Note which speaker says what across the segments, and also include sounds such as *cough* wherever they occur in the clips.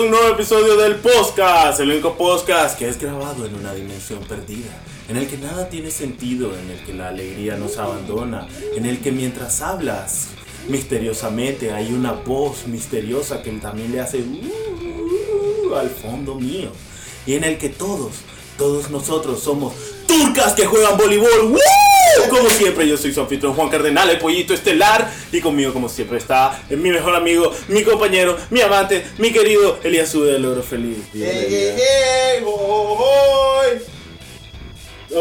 Speaker 1: un nuevo episodio del podcast, el único podcast que es grabado en una dimensión perdida, en el que nada tiene sentido, en el que la alegría nos abandona, en el que mientras hablas misteriosamente hay una voz misteriosa que también le hace uh, uh, al fondo mío, y en el que todos, todos nosotros somos turcas que juegan voleibol. ¡Uh! Como siempre, yo soy su anfitrión Juan Cardenal, el pollito estelar. Y conmigo, como siempre, está mi mejor amigo, mi compañero, mi amante, mi querido Elías Ude del Oro Feliz.
Speaker 2: Ey, ey, ey, oh, oh, oh.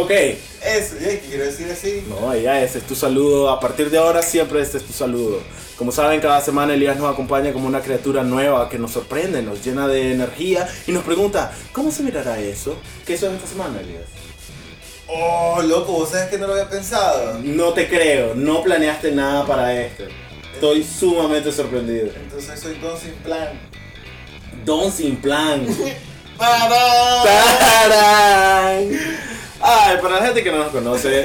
Speaker 1: Ok,
Speaker 2: Eso, es que quiero decir así.
Speaker 1: no, ya, ese es tu saludo. A partir de ahora, siempre este es tu saludo. Como saben, cada semana Elías nos acompaña como una criatura nueva que nos sorprende, nos llena de energía y nos pregunta, ¿cómo se mirará eso? ¿Qué eso es esta semana, Elías?
Speaker 2: Oh, loco, vos sabes que no lo había pensado.
Speaker 1: No te creo, no planeaste nada para esto. Estoy sumamente sorprendido.
Speaker 2: Entonces soy don sin plan.
Speaker 1: Don sin plan.
Speaker 2: ¡Para!
Speaker 1: ¡Tarán! Ay, para la gente que no nos conoce,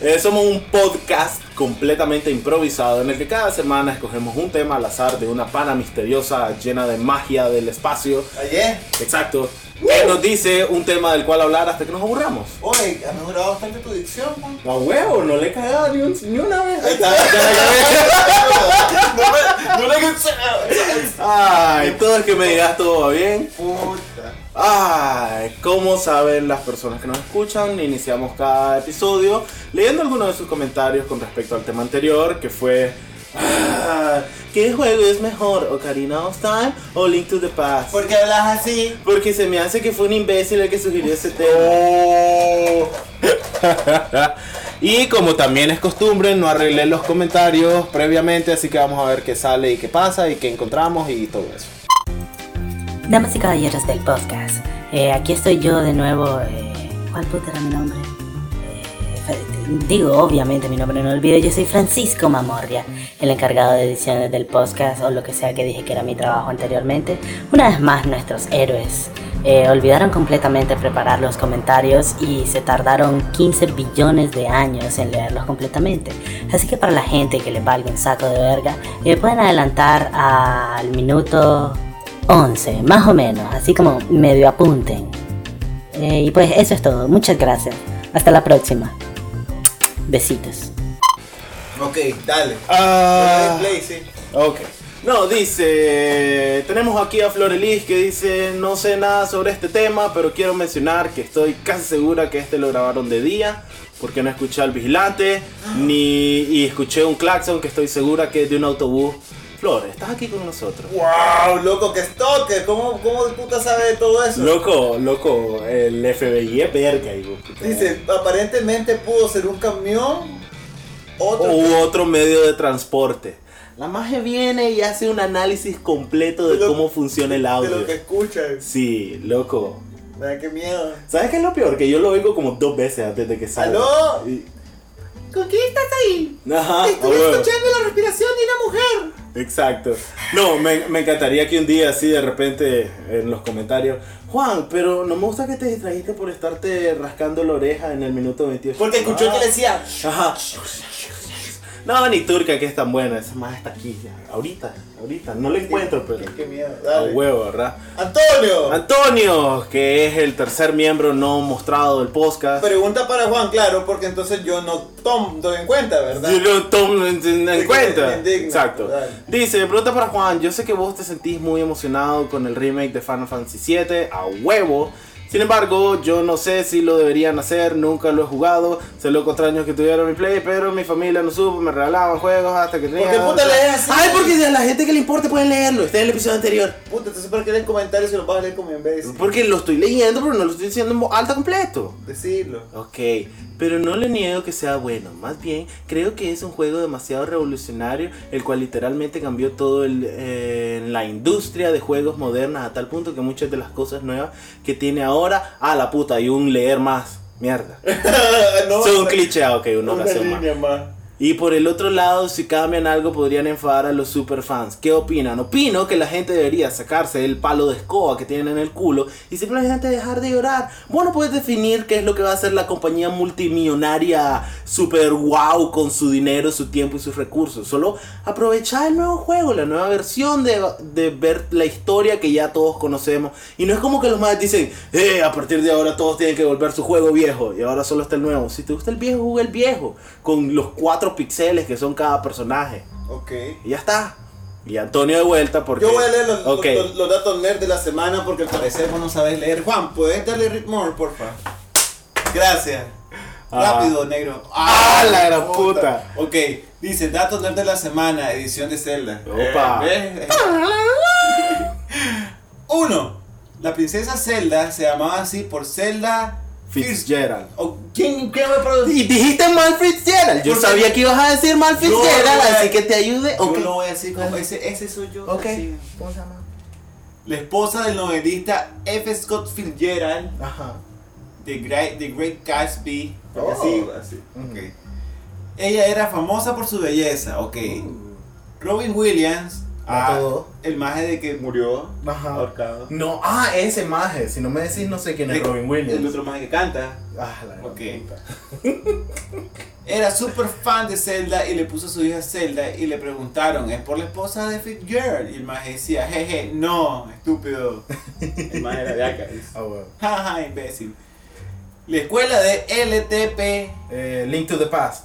Speaker 1: eh, somos un podcast completamente improvisado en el que cada semana escogemos un tema al azar de una pana misteriosa llena de magia del espacio.
Speaker 2: Ayer,
Speaker 1: Exacto. Que nos dice un tema del cual hablar hasta que nos aburramos.
Speaker 2: oye, has mejorado bastante tu dicción, Juan.
Speaker 1: A huevo, no le he cagado ni, un- ni una vez. Ahí está, ya la cagué.
Speaker 2: No me, no me
Speaker 1: Ay, todo es que me digas todo va bien.
Speaker 2: Puta.
Speaker 1: Ay, como saben las personas que nos escuchan, iniciamos cada episodio leyendo algunos de sus comentarios con respecto al tema anterior, que fue... ah, ¿Qué juego es mejor, Ocarina of Time o Link to the Past?
Speaker 2: ¿Por qué hablas así?
Speaker 1: Porque se me hace que fue un imbécil el que sugirió ese tema.
Speaker 2: Oh.
Speaker 1: *laughs* y como también es costumbre, no arreglé los comentarios previamente, así que vamos a ver qué sale y qué pasa y qué encontramos y todo eso.
Speaker 3: Damas y caballeros del podcast, eh, aquí estoy yo de nuevo. eh, ¿Cuál puta era mi nombre? Eh, Fe- digo, obviamente mi nombre no olvido. Yo soy Francisco Mamorria, el encargado de ediciones del podcast o lo que sea que dije que era mi trabajo anteriormente. Una vez más, nuestros héroes eh, olvidaron completamente preparar los comentarios y se tardaron 15 billones de años en leerlos completamente. Así que para la gente que le valga un saco de verga, eh, pueden adelantar al minuto 11, más o menos, así como medio apunten. Eh, y pues eso es todo, muchas gracias. Hasta la próxima. Besitos.
Speaker 2: Ok, dale.
Speaker 1: Ah.
Speaker 2: Play, sí.
Speaker 1: Ok. No, dice, tenemos aquí a Florelis que dice, no sé nada sobre este tema, pero quiero mencionar que estoy casi segura que este lo grabaron de día, porque no escuché al vigilante, ni y escuché un claxon que estoy segura que es de un autobús. Flores, estás aquí con nosotros.
Speaker 2: Wow, loco, que stalker. ¿Cómo, cómo de puta sabe de todo eso?
Speaker 1: Loco, loco, el FBI es verga, digo.
Speaker 2: Dice, aparentemente pudo ser un camión, otro
Speaker 1: u otro medio de transporte. La magia viene y hace un análisis completo de
Speaker 2: De lo-
Speaker 1: cómo funciona el
Speaker 2: de
Speaker 1: audio.
Speaker 2: lo que escuchas.
Speaker 1: Sí, loco.
Speaker 2: Me da que miedo.
Speaker 1: ¿Sabes qué es lo peor? Que yo lo oigo como dos veces antes de que salga.
Speaker 2: ¿Aló?
Speaker 1: Y-
Speaker 2: ¿Con quién estás ahí?
Speaker 1: Ajá, a
Speaker 2: Estoy
Speaker 1: huevo.
Speaker 2: escuchando la respiración de una mujer.
Speaker 1: Exacto. No, me, me encantaría que un día así de repente en los comentarios, Juan, pero no me gusta que te distrajiste por estarte rascando la oreja en el minuto 28.
Speaker 2: Porque escuchó que le decía,
Speaker 1: Ajá. No, ni turca que es tan buena, esa más está aquí ya. Ahorita, ahorita, no la encuentro, pero.
Speaker 2: qué miedo,
Speaker 1: A
Speaker 2: dale.
Speaker 1: huevo, ¿verdad?
Speaker 2: Antonio,
Speaker 1: Antonio, que es el tercer miembro no mostrado del podcast.
Speaker 2: pregunta para Juan, claro, porque entonces yo no tom- doy en cuenta, ¿verdad?
Speaker 1: Yo lo tomo en, en- en
Speaker 2: Sí,
Speaker 1: cuenta.
Speaker 2: me indigna,
Speaker 1: Exacto.
Speaker 2: dale.
Speaker 1: Dice, pregunta para Juan, yo sé que vos te sentís muy emocionado con el remake de Final Fantasy VII, a huevo. Sin embargo, yo no sé si lo deberían hacer, nunca lo he jugado, sé lo extraños que tuvieron mi play, pero mi familia no supo, me regalaban juegos hasta que tenía...
Speaker 2: qué puta lees así?
Speaker 1: Ay, porque a la gente que le importa pueden leerlo, está en el episodio anterior.
Speaker 2: Puta, entonces para que leen comentarios y los vas a leer como imbécil.
Speaker 1: Porque lo estoy leyendo, pero no lo estoy diciendo en voz alta completo. *laughs*
Speaker 2: Decirlo. *laughs*
Speaker 1: Ok, pero no le niego que sea bueno, más bien creo que es un juego demasiado revolucionario, el cual literalmente cambió todo el, eh, la industria de juegos modernas a tal punto que muchas de las cosas nuevas que tiene ahora, a la puta, hay un leer más, mierda.
Speaker 2: no,
Speaker 1: Son un cliché, ah, ok, una
Speaker 2: una
Speaker 1: oración más.
Speaker 2: línea más.
Speaker 4: Y por el otro lado, si cambian algo, podrían enfadar a los superfans. ¿Qué opinan? Opino que la gente debería sacarse el palo de escoba que tienen en el culo y simplemente dejar de llorar. Bueno, puedes definir qué es lo que va a hacer la compañía multimillonaria super wow con su dinero, su tiempo y sus recursos. Solo aprovechar el nuevo juego, la nueva versión de, de ver la historia que ya todos conocemos. Y no es como que los más dicen, eh, a partir de ahora todos tienen que volver su juego viejo y ahora solo está el nuevo. Si te gusta el viejo, juega el viejo con los cuatro píxeles que son cada personaje.
Speaker 2: Ok.
Speaker 4: Y ya está. Y Antonio de vuelta porque...
Speaker 2: Yo voy a leer los,
Speaker 4: Ok.
Speaker 2: los- los datos nerd de la semana porque al parecer vos no sabés leer. Juan, ¿puedes darle read more, porfa? Gracias.
Speaker 4: Ah.
Speaker 2: Rápido, negro.
Speaker 4: Ah, la gran puta.
Speaker 2: Ok, dice datos nerd de la semana, edición de Zelda.
Speaker 4: Opa.
Speaker 2: Eh, ¿ves? Eh.
Speaker 4: *laughs*
Speaker 2: Uno, la princesa Zelda se llamaba así por Zelda
Speaker 4: Fitzgerald.
Speaker 2: ¿O ¿Quién quién me produce?
Speaker 4: Y dijiste mal Fitzgerald. Yo
Speaker 2: Porque-
Speaker 4: sabía que ibas a decir mal
Speaker 2: Yo
Speaker 4: Fitzgerald,
Speaker 2: lo voy a-
Speaker 4: así que te ayude.
Speaker 2: Yo
Speaker 4: Ok.
Speaker 2: lo voy a decir como ese, ese soy yo.
Speaker 4: Ok.
Speaker 2: así. La esposa del novelista F. Scott Fitzgerald
Speaker 1: Ajá.
Speaker 2: The Great, the Great Gatsby. porque
Speaker 1: Oh.
Speaker 2: así, así, ok. Ella era famosa por su belleza, ok. Robin Williams, ah,
Speaker 1: todo.
Speaker 2: el maje de que murió
Speaker 1: Ajá.
Speaker 2: ahorcado.
Speaker 1: No, ah, ese maje. Si no me decís, no sé quién es
Speaker 2: El-
Speaker 1: Robin Williams.
Speaker 2: El otro maje que canta.
Speaker 1: Ah, la gran
Speaker 2: Ok.
Speaker 1: puta.
Speaker 2: *laughs* Era súper fan de Zelda y le puso a su hija Zelda y le preguntaron, ¿es por la esposa de Fitzgerald? Y el maje decía, jeje, no, estúpido. El maje era de acá.
Speaker 1: Ah, bueno.
Speaker 2: *laughs* Jaja, imbécil. La escuela de LTP.
Speaker 1: Eh, Link to the Past.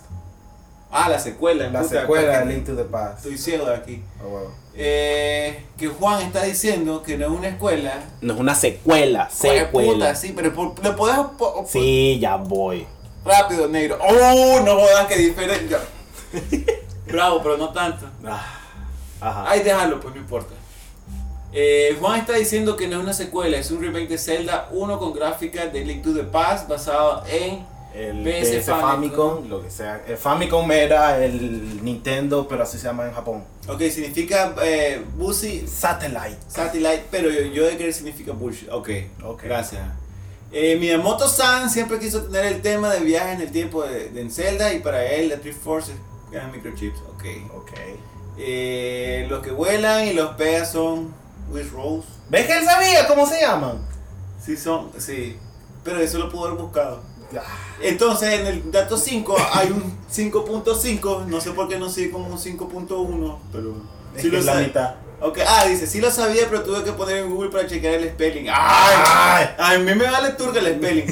Speaker 2: Ah, la secuela.
Speaker 1: La
Speaker 2: puta,
Speaker 1: secuela de
Speaker 2: que-
Speaker 1: Link to the Past.
Speaker 2: Estoy ciego de aquí.
Speaker 1: Ah, bueno.
Speaker 2: Eh, que Juan está diciendo que no es una escuela.
Speaker 4: No es una secuela.
Speaker 2: Puta,
Speaker 4: Secuela.
Speaker 2: sí, pero por- le podés. po- po-
Speaker 4: Sí, ya voy.
Speaker 2: Rápido, negro. ¡Oh! No jodas que diferente. *laughs* Bravo, pero no tanto. Ah.
Speaker 4: Ajá.
Speaker 2: Ahí déjalo, pues no importa. Eh, Juan está diciendo que no es una secuela, es un remake de Zelda 1 con gráficas de Link to the Past basado en.
Speaker 1: El
Speaker 2: PS
Speaker 1: PS Famicom, lo que sea. El Famicom era el Nintendo, pero así se llama en Japón.
Speaker 2: Ok, significa eh, Busy
Speaker 1: Satellite.
Speaker 2: Satellite, pero yo, yo de creer significa bullshit. Ok,
Speaker 1: Ok.
Speaker 2: gracias. Eh, Miyamoto-san siempre quiso tener el tema de viaje en el tiempo de, de en Zelda y para él la Triforce eran microchips. Ok.
Speaker 1: Ok.
Speaker 2: Eh, los que vuelan y los peas son Wish Rose.
Speaker 1: ¿Ves que él sabía cómo se llaman?
Speaker 2: Sí, son, sí. Pero eso lo pudo haber buscado.
Speaker 1: Ah,
Speaker 2: Entonces en el dato 5 hay un 5.5. No sé por qué no sigue como un 5.1, pero.
Speaker 1: es
Speaker 2: sí
Speaker 1: que
Speaker 2: lo
Speaker 1: es la
Speaker 2: sabe.
Speaker 1: mitad.
Speaker 2: Ok, ah, dice, sí lo sabía, pero tuve que poner en Google para chequear el spelling. ¡Ay! A mí me vale turca el *laughs* spelling.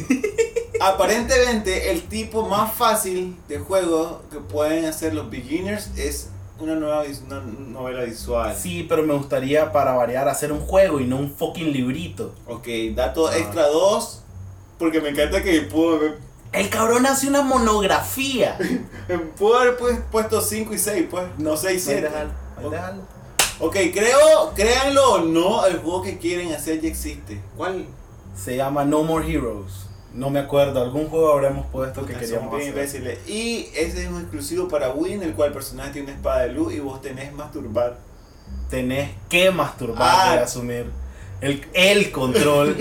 Speaker 2: Aparentemente, el tipo más fácil de juego que pueden hacer los beginners es una nueva vis- una novela visual.
Speaker 1: Sí, pero me gustaría para variar hacer un juego y no un fucking librito.
Speaker 2: Ok, dato
Speaker 1: Ah.
Speaker 2: extra 2. Porque me encanta que pudo, me-
Speaker 1: El cabrón hace una
Speaker 2: *laughs*
Speaker 1: monografía.
Speaker 2: me pudo haber pues, puesto 5 y 6, pues. No 6 y 7.
Speaker 1: Déjalo, déjalo.
Speaker 2: Ok, creo, créanlo o no, el juego que quieren hacer ya existe. ¿Cuál?
Speaker 1: Se llama No More Heroes. No me acuerdo, algún juego habremos puesto que
Speaker 2: Puta,
Speaker 1: queríamos
Speaker 2: somos bien
Speaker 1: hacer.
Speaker 2: imbéciles. Y ese es un exclusivo para Wii en el cual el personaje tiene una espada de luz y vos tenés masturbar.
Speaker 1: Tenés que masturbarte
Speaker 2: Ah.
Speaker 1: y asumir el, el
Speaker 2: *laughs*
Speaker 1: control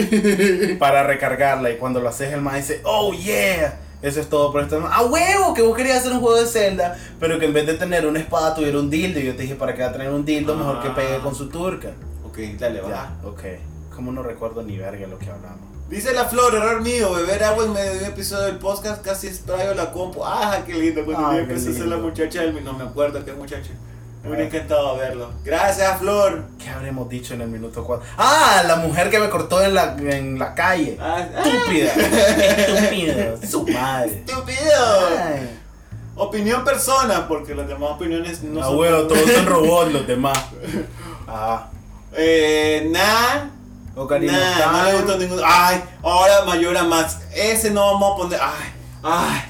Speaker 1: para recargarla. Y cuando lo haces, el más dice, oh yeah. Eso es todo por esto. A huevo, que vos querías hacer un juego de Zelda, pero que en vez de tener una espada tuviera un dildo. Y yo te dije, ¿para qué va a tener un dildo? Mejor que
Speaker 2: Ah.
Speaker 1: pegue con su turca.
Speaker 2: Ok, dale, va.
Speaker 1: Ya, ok. Como no recuerdo ni verga lo que hablamos.
Speaker 2: Dice la flor, error mío, beber agua en medio de un episodio del podcast casi extraño la compu. ¡Ah, qué lindo! Cuando
Speaker 1: Ah,
Speaker 2: yo
Speaker 1: qué
Speaker 2: empecé a ser la
Speaker 1: lindo.
Speaker 2: muchacha del... No me acuerdo qué muchacha. Me hubiera
Speaker 1: Ah.
Speaker 2: encantado verlo. Gracias, flor.
Speaker 1: ¿Qué habremos dicho en el minuto 4? Ah, la mujer que me cortó en la, en la calle.
Speaker 2: Ah, ah,
Speaker 1: Estúpida. Estúpida. *laughs* Su madre.
Speaker 2: ¡Estúpido!
Speaker 1: Ay.
Speaker 2: Opinión persona, porque las demás opiniones no
Speaker 1: Ah,
Speaker 2: son...
Speaker 1: huevo, todos son robots los demás. Ah.
Speaker 2: Eh, nah.
Speaker 1: Ocarina of
Speaker 2: Nah, no le
Speaker 1: Time.
Speaker 2: gustó ninguno. Ay, ahora Mayora Max. Ese no vamos a poner. Ay, ay.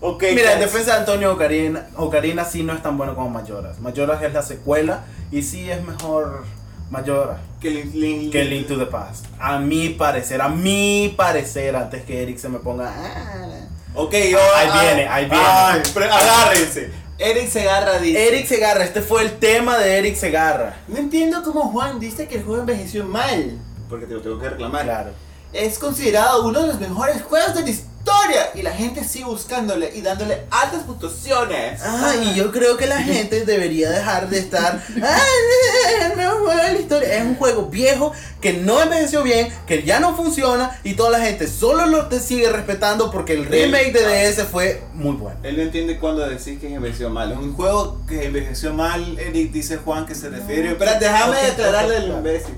Speaker 2: Ok.
Speaker 1: Mira, en
Speaker 2: guys.
Speaker 1: defensa de Antonio Ocarina, Ocarina sí no es tan bueno como Mayoras. Mayoras es la secuela y sí es mejor Mayora
Speaker 2: Que Link, Link-
Speaker 1: que Link to the Past. A mi parecer, a mi parecer, antes que Eric se me ponga... "Ah".
Speaker 2: Ok,
Speaker 1: Ahí
Speaker 2: ay,
Speaker 1: viene, ahí viene.
Speaker 2: Ay, pero agárrense. Eric se agarra dice.
Speaker 1: Eric Segarra, este fue el tema de Eric Segarra.
Speaker 2: No entiendo cómo Juan dice que el juego envejeció mal. Porque te lo tengo que reclamar.
Speaker 1: Claro.
Speaker 2: Es considerado uno de los mejores juegos de la his- historia. Y la gente sigue buscándole y dándole altas puntuaciones.
Speaker 1: Ah, y yo creo que la gente debería dejar de *laughs* estar. "Ah, no juego la historia. Es un juego viejo que no envejeció bien, que ya no funciona y toda la gente solo lo te sigue respetando porque el remake de DS fue muy bueno.
Speaker 2: Él no entiende cuando decís que envejeció mal. Es un juego que envejeció mal, Eric, dice Juan, que se refiere. Espera, déjame
Speaker 1: Ok,
Speaker 2: declararle
Speaker 1: ok,
Speaker 2: al
Speaker 1: claro.
Speaker 2: imbécil.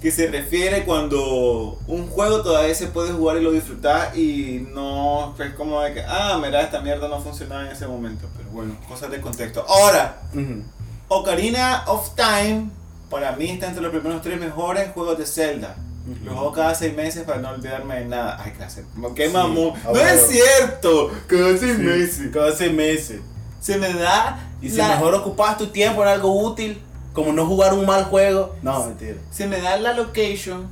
Speaker 2: Que se refiere cuando un juego todavía se puede jugar y lo disfrutar y no es como de que, ah, mira, esta mierda no funcionaba en ese momento. Pero bueno, cosas de contexto. Ahora,
Speaker 1: Ujú.
Speaker 2: Ocarina of Time, para mí está entre los primeros tres mejores juegos de Zelda. Lo juego cada seis meses para no olvidarme de nada. Ay, clase. ¡Qué
Speaker 1: Sí,
Speaker 2: mamón!
Speaker 1: a
Speaker 2: ¡No
Speaker 1: huevo.
Speaker 2: es cierto! Cada seis meses.
Speaker 1: Cada seis meses.
Speaker 2: Se me da.
Speaker 1: Y si
Speaker 2: la-
Speaker 1: mejor ocupas tu tiempo en algo útil, como no jugar un mal juego. No, mentira.
Speaker 2: Se me da la location.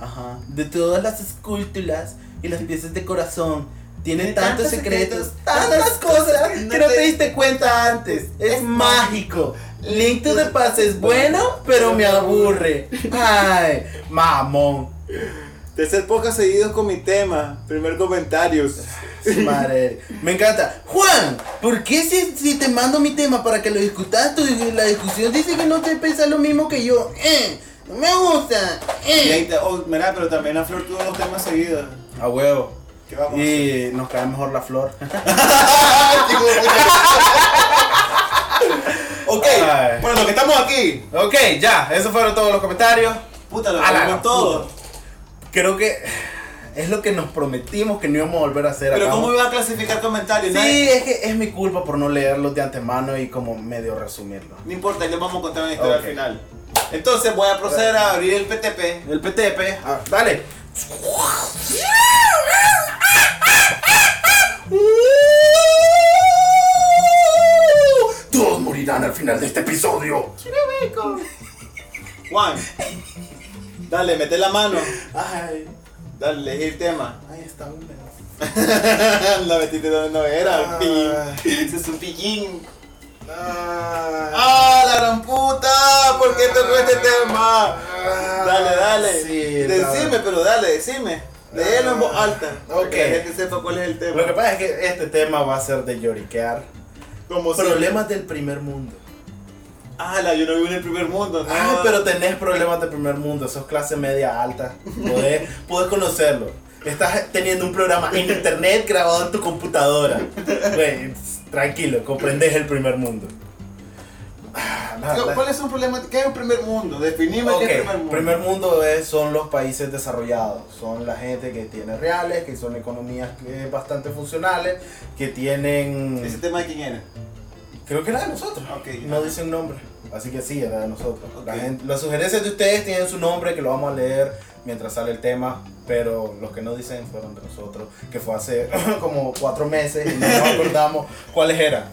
Speaker 1: Ajá. De todas las esculturas y las piezas de corazón. Tienen
Speaker 2: Tiene
Speaker 1: tantos
Speaker 2: tantos
Speaker 1: secretos,
Speaker 2: secretos,
Speaker 1: tantas
Speaker 2: tantas
Speaker 1: cosas
Speaker 2: cosas
Speaker 1: que
Speaker 2: que
Speaker 1: no
Speaker 2: no
Speaker 1: te
Speaker 2: te-
Speaker 1: diste cuenta antes. Es
Speaker 2: Es
Speaker 1: mágico. Link to the Past es bueno, pero me aburre. Ay, mamón.
Speaker 2: Tercer podcast seguido con mi tema. Primer comentario.
Speaker 1: *laughs* Su Madre. Me encanta. Juan, ¿por qué si, si te mando mi tema para que lo discutas tú y la discusión dice que no te piensa lo mismo que yo? Eh, no me gusta.
Speaker 2: Y ahí
Speaker 1: Eh.
Speaker 2: te- oh, mira, pero también la Flor tuvo los temas seguidos.
Speaker 1: A huevo.
Speaker 2: ¿Qué vamos *laughs* a hacer?
Speaker 1: Y nos cae mejor la flor.
Speaker 2: Ok,
Speaker 1: Ay.
Speaker 2: bueno, lo que estamos aquí.
Speaker 1: ok, ya. Esos fueron todos los comentarios.
Speaker 2: Puta, lo
Speaker 1: A la
Speaker 2: hablamos todo.
Speaker 1: Creo que es lo que nos prometimos que no íbamos a volver a hacer.
Speaker 2: Pero
Speaker 1: acabamos-
Speaker 2: ¿cómo iba a clasificar comentarios? Nadie-
Speaker 1: Sí, es que es mi culpa por no leerlos de antemano y como medio resumirlo.
Speaker 2: No importa, les vamos a contar una historia
Speaker 1: Ok.
Speaker 2: al final. Entonces voy a proceder a abrir el PTP.
Speaker 1: El PTP, ah, dale. Todos morirán al final de este episodio. *laughs*
Speaker 2: Juan, dale, mete la mano.
Speaker 1: Ay,
Speaker 2: Dale, elegí el tema. *laughs*
Speaker 1: ahí está una.
Speaker 2: la metiste donde no era,
Speaker 1: Ah.
Speaker 2: pillín. Ese es un pillín.
Speaker 1: Ah,
Speaker 2: ¡Ah, la gran puta! ¿Por qué tocó este tema? Dale, dale.
Speaker 1: Sí,
Speaker 2: decime,
Speaker 1: no.
Speaker 2: pero dale, decime. Léelo en voz alta. Para
Speaker 1: Ok.
Speaker 2: que la gente sepa cuál es el tema.
Speaker 1: Lo que pasa es que este tema va a ser de lloriquear.
Speaker 2: Como si-
Speaker 1: Problemas del primer mundo.
Speaker 2: ¡Hala! Yo no vivo en el primer mundo. No.
Speaker 1: Ah, pero tenés problemas de primer mundo, sos clase media alta.
Speaker 2: *laughs*
Speaker 1: Podés, podés conocerlo. Estás teniendo un programa en internet grabado en tu computadora. Güey, tranquilo, comprendés el primer mundo. Ah, la- la-
Speaker 2: ¿Cuál es un problema? ¿Qué es un primer mundo? Definime
Speaker 1: Ok,
Speaker 2: qué es primer mundo.
Speaker 1: primer mundo es- son los países desarrollados, son la gente que tiene reales, que son economías eh, bastante funcionales, que
Speaker 2: ¿Ese
Speaker 1: tienen...
Speaker 2: tema de quién era?
Speaker 1: Creo que era de nosotros.
Speaker 2: Ok.
Speaker 1: No dicen nombre, así que sí, era de nosotros. La
Speaker 2: Ok.
Speaker 1: gente- las sugerencias de ustedes tienen su nombre que lo vamos a leer mientras sale el tema, pero los que no dicen fueron de nosotros, que fue hace *coughs* como cuatro meses y no nos acordamos *laughs* cuáles eran.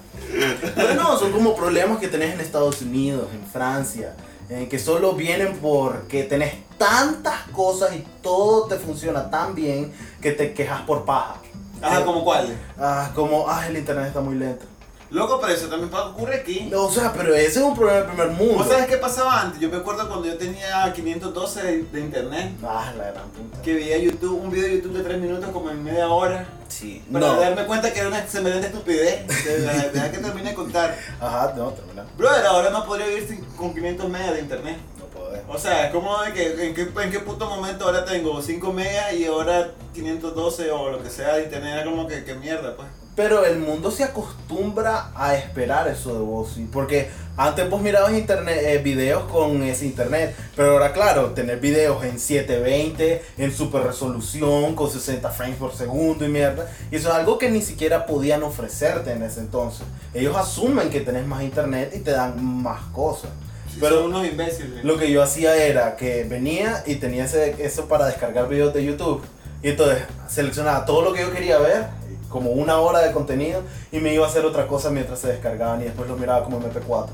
Speaker 1: Pero no, son como problemas que tenés en Estados Unidos, en Francia, eh, que solo vienen porque tenés tantas cosas y todo te funciona tan bien que te quejas por paja. Eh,
Speaker 2: Ajá, ¿como cuál?
Speaker 1: Ah, como, ah, el internet está muy lento.
Speaker 2: Loco, pero eso también ocurre aquí.
Speaker 1: O sea, pero ese es un problema del primer mundo.
Speaker 2: ¿Vos sabés qué pasaba antes? Yo me acuerdo cuando yo tenía 512 de- de internet.
Speaker 1: Ah, la gran puta.
Speaker 2: Que veía YouTube, un video de YouTube de 3 minutos como en media hora.
Speaker 1: Sí.
Speaker 2: Para
Speaker 1: No.
Speaker 2: darme cuenta que era una semejante estupidez. De la- Deja que termine de contar.
Speaker 1: Ajá, no, termina.
Speaker 2: Brother, ahora no podría vivir sin- con 500 megas de internet.
Speaker 1: No puedo dejar.
Speaker 2: O sea, es como de que en qué, en qué puto momento ahora tengo 5 megas y ahora 512 o lo que sea de internet. Era como que, que mierda, pues.
Speaker 1: Pero el mundo se acostumbra a esperar eso de vos, ¿sí? porque antes vos mirabas internet, eh, videos con ese internet, pero ahora claro, tener videos en 720, en super resolución, con 60 frames por segundo y mierda, y eso es algo que ni siquiera podían ofrecerte en ese entonces. Ellos asumen que tenés más internet y te dan más cosas.
Speaker 2: Pero unos imbéciles.
Speaker 1: Lo que yo hacía era que venía y tenía ese, eso para descargar videos de YouTube. Y entonces seleccionaba todo lo que yo quería ver, como una hora de contenido, y me iba a hacer otra cosa mientras se descargaban y después los miraba como MP4,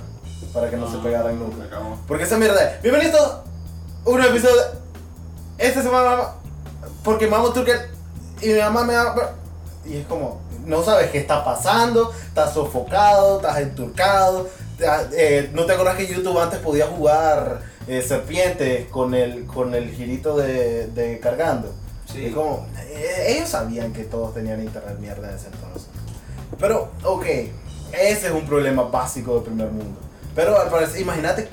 Speaker 1: para que no, se pegaran nunca.
Speaker 2: acabó.
Speaker 1: Porque esa mierda es. Bienvenidos a un episodio. Esta semana, porque Mamo Turker y mi mamá me da. Y es como, no sabes qué está pasando, estás sofocado, estás enturcado. te- eh, no te acuerdas que YouTube antes podía jugar eh, serpientes con el, con el girito de, de cargando.
Speaker 2: Sí.
Speaker 1: Y como, eh, ellos sabían que todos tenían internet mierda en ese entonces. Pero, ok, ese es un problema básico del primer mundo. Pero al parecer, imagínate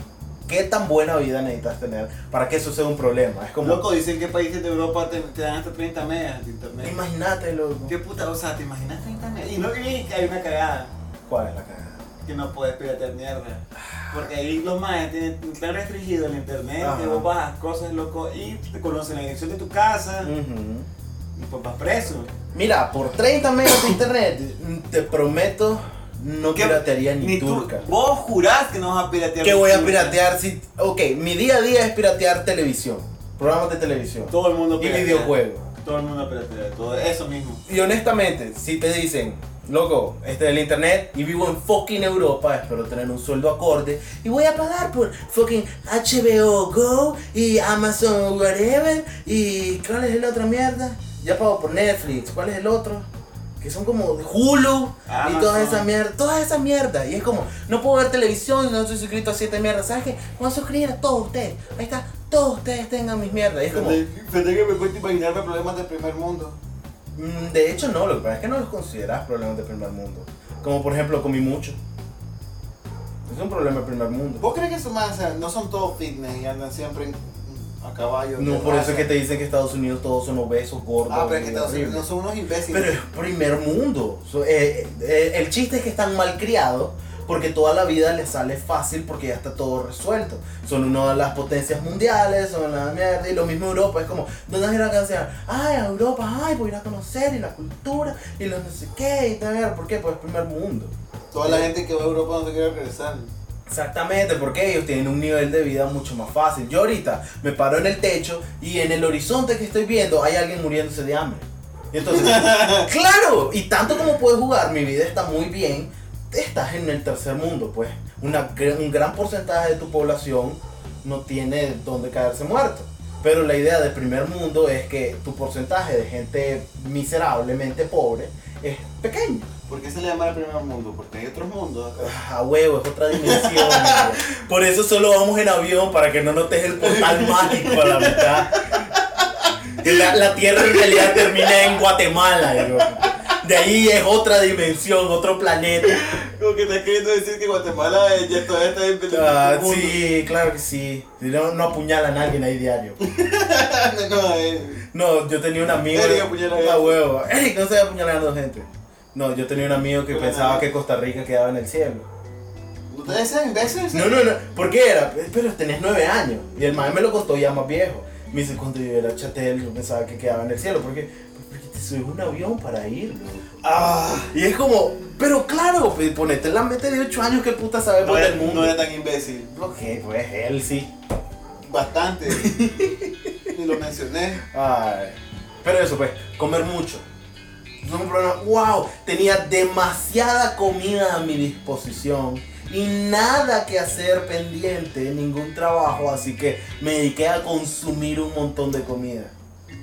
Speaker 1: qué tan buena vida necesitas tener para que eso sea un problema. Es como,
Speaker 2: Loco, dicen que países de Europa te, te dan hasta 30 megas de internet.
Speaker 1: imagínate, loco.
Speaker 2: ¿Qué puta? O sea, ¿te imaginas 30 megas? Y no creí que hay una cagada
Speaker 1: ¿Cuál es la cagada?
Speaker 2: que no puedes piratear mierda. Porque ahí los maes tienen tan restringido el internet
Speaker 1: Ajá.
Speaker 2: que vos bajas cosas, loco, y te conocen la dirección de tu casa
Speaker 1: Ujú. Mm.
Speaker 2: y pues vas preso.
Speaker 1: Mira, por 30 megas de internet, te prometo, no
Speaker 2: ¿Qué-
Speaker 1: piratearía ni,
Speaker 2: tú-
Speaker 1: turca.
Speaker 2: Vos jurás que no vas a piratear.
Speaker 1: ¿Qué
Speaker 2: ni
Speaker 1: voy a
Speaker 2: turca.
Speaker 1: piratear si.? Ok, mi día a día es piratear televisión, programas de televisión
Speaker 2: Todo el mundo
Speaker 1: y
Speaker 2: piratea.
Speaker 1: videojuegos.
Speaker 2: Todo el mundo piratea, todo eso mismo.
Speaker 1: Y honestamente, si te dicen, loco, este es el internet y vivo en fucking Europa, espero tener un sueldo acorde y voy a pagar por fucking HBO Go y Amazon whatever y ¿cuál es la otra mierda? Ya pago por Netflix, ¿cuál es el otro? Que son como Hulu y todas
Speaker 2: Amazon.
Speaker 1: esas mierdas, todas esas mierdas. Y es como, no puedo ver televisión, no estoy suscrito a siete mierdas. ¿Sabes qué? Me Voy a suscribir a todos ustedes. Ahí está, todos ustedes tengan mis mierdas. Y es como,
Speaker 2: Fíjate que me cuesta imaginarme problemas del primer mundo.
Speaker 1: Mm, De hecho, no, lo que pasa es que no los consideras problemas de primer mundo. Como por ejemplo, comí mucho. Es un problema de primer mundo.
Speaker 2: ¿Vos crees que esos más no son todos fitness y andan siempre en- a caballo?
Speaker 1: No, por eso es que te dicen que Estados Unidos todos son obesos, gordos.
Speaker 2: Ah, pero es que Estados
Speaker 1: horribles.
Speaker 2: Unidos no son unos imbéciles.
Speaker 1: Pero es primer mundo. So, eh, eh, el chiste es que están mal criados porque toda la vida les sale fácil porque ya está todo resuelto. Son una de las potencias mundiales, son la mierda. Y lo mismo Europa, es como, ¿dónde vas a ir a cancelar? Ay, a Europa, ay, voy a ir a conocer y la cultura y los no sé qué. Y tal, ¿Por qué? Pues primer mundo.
Speaker 2: Toda la gente que va a Europa no se quiere regresar.
Speaker 1: Exactamente, porque ellos tienen un nivel de vida mucho más fácil. Yo ahorita me paro en el techo y en el horizonte que estoy viendo hay alguien muriéndose de hambre. Y entonces, claro, y tanto como puedes jugar, mi vida está muy bien, estás en el tercer mundo, pues. Una, gr- un gran porcentaje de tu población no tiene donde caerse muerto. Pero la idea del primer mundo es que tu porcentaje de gente miserablemente pobre es pequeño.
Speaker 2: ¿Por qué se le llama el primer mundo? Porque hay otros mundos acá.
Speaker 1: A huevo, es otra dimensión. güey. Por eso solo vamos en avión para que no notes el *laughs* portal mágico a la mitad. Que La, la tierra en realidad termina en Guatemala. güey. De ahí es otra dimensión, otro planeta.
Speaker 2: *laughs* Como que está queriendo decir que Guatemala eh, ya todavía está en el
Speaker 1: Ah,
Speaker 2: mundo.
Speaker 1: sí, claro que sí. Si No, no apuñalan a alguien ahí diario.
Speaker 2: *laughs* no, eh.
Speaker 1: No, yo tenía un amigo.
Speaker 2: Eric apuñala
Speaker 1: a
Speaker 2: gente.
Speaker 1: huevo. Eric no sabe apuñalar a dos gente. No, yo tenía un amigo que
Speaker 2: Hola,
Speaker 1: pensaba
Speaker 2: nada.
Speaker 1: que Costa Rica quedaba en el cielo.
Speaker 2: ¿Ustedes son imbéciles?
Speaker 1: No, no, no, ¿por qué era? Pero tenías nueve años. Y el maestro me lo contó ya más viejo. Me dice, cuando yo era chatel, yo pensaba que quedaba en el cielo. ¿Por qué? Pues Porque te subes un avión para ir, bro.
Speaker 2: Ah,
Speaker 1: Y es como, pero claro, pues, ponete en la mente de ocho años, que puta sabes
Speaker 2: no,
Speaker 1: por
Speaker 2: era,
Speaker 1: el
Speaker 2: no
Speaker 1: mundo?
Speaker 2: era tan imbécil.
Speaker 1: Ok, pues él sí.
Speaker 2: *laughs* Bastante. Ni lo mencioné.
Speaker 1: Ay. Pero eso, pues, comer mucho. Es un problema. ¡Wow! Tenía demasiada comida a mi disposición y nada que hacer pendiente, ningún trabajo, así que me dediqué a consumir un montón de comida.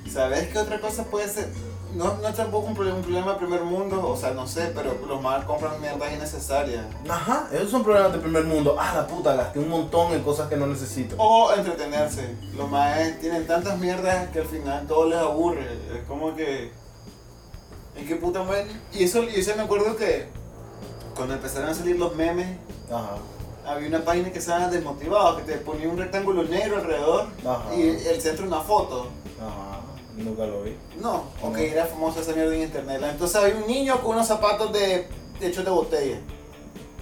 Speaker 2: ¿Sabes qué otra cosa puede ser? No, no es tampoco un problema, un problema de primer mundo, o sea, no sé, pero los más compran mierdas innecesarias.
Speaker 1: Ajá, esos son problemas del primer mundo. Ah, la puta, gasté un montón en cosas que no necesito.
Speaker 2: O entretenerse. Los maes tienen tantas mierdas que al final todo les aburre. Es como que. Es que puta madre. Y eso, y eso me acuerdo que cuando empezaron a salir los memes,
Speaker 1: Ajá,
Speaker 2: había una página que se llama Desmotivado, que te ponía un rectángulo negro alrededor
Speaker 1: Ajá.
Speaker 2: y el centro una foto.
Speaker 1: ajá, nunca lo vi.
Speaker 2: No, ok,
Speaker 1: No.
Speaker 2: era famosa esa mierda en internet. Entonces había un niño con unos zapatos de hechos de botella.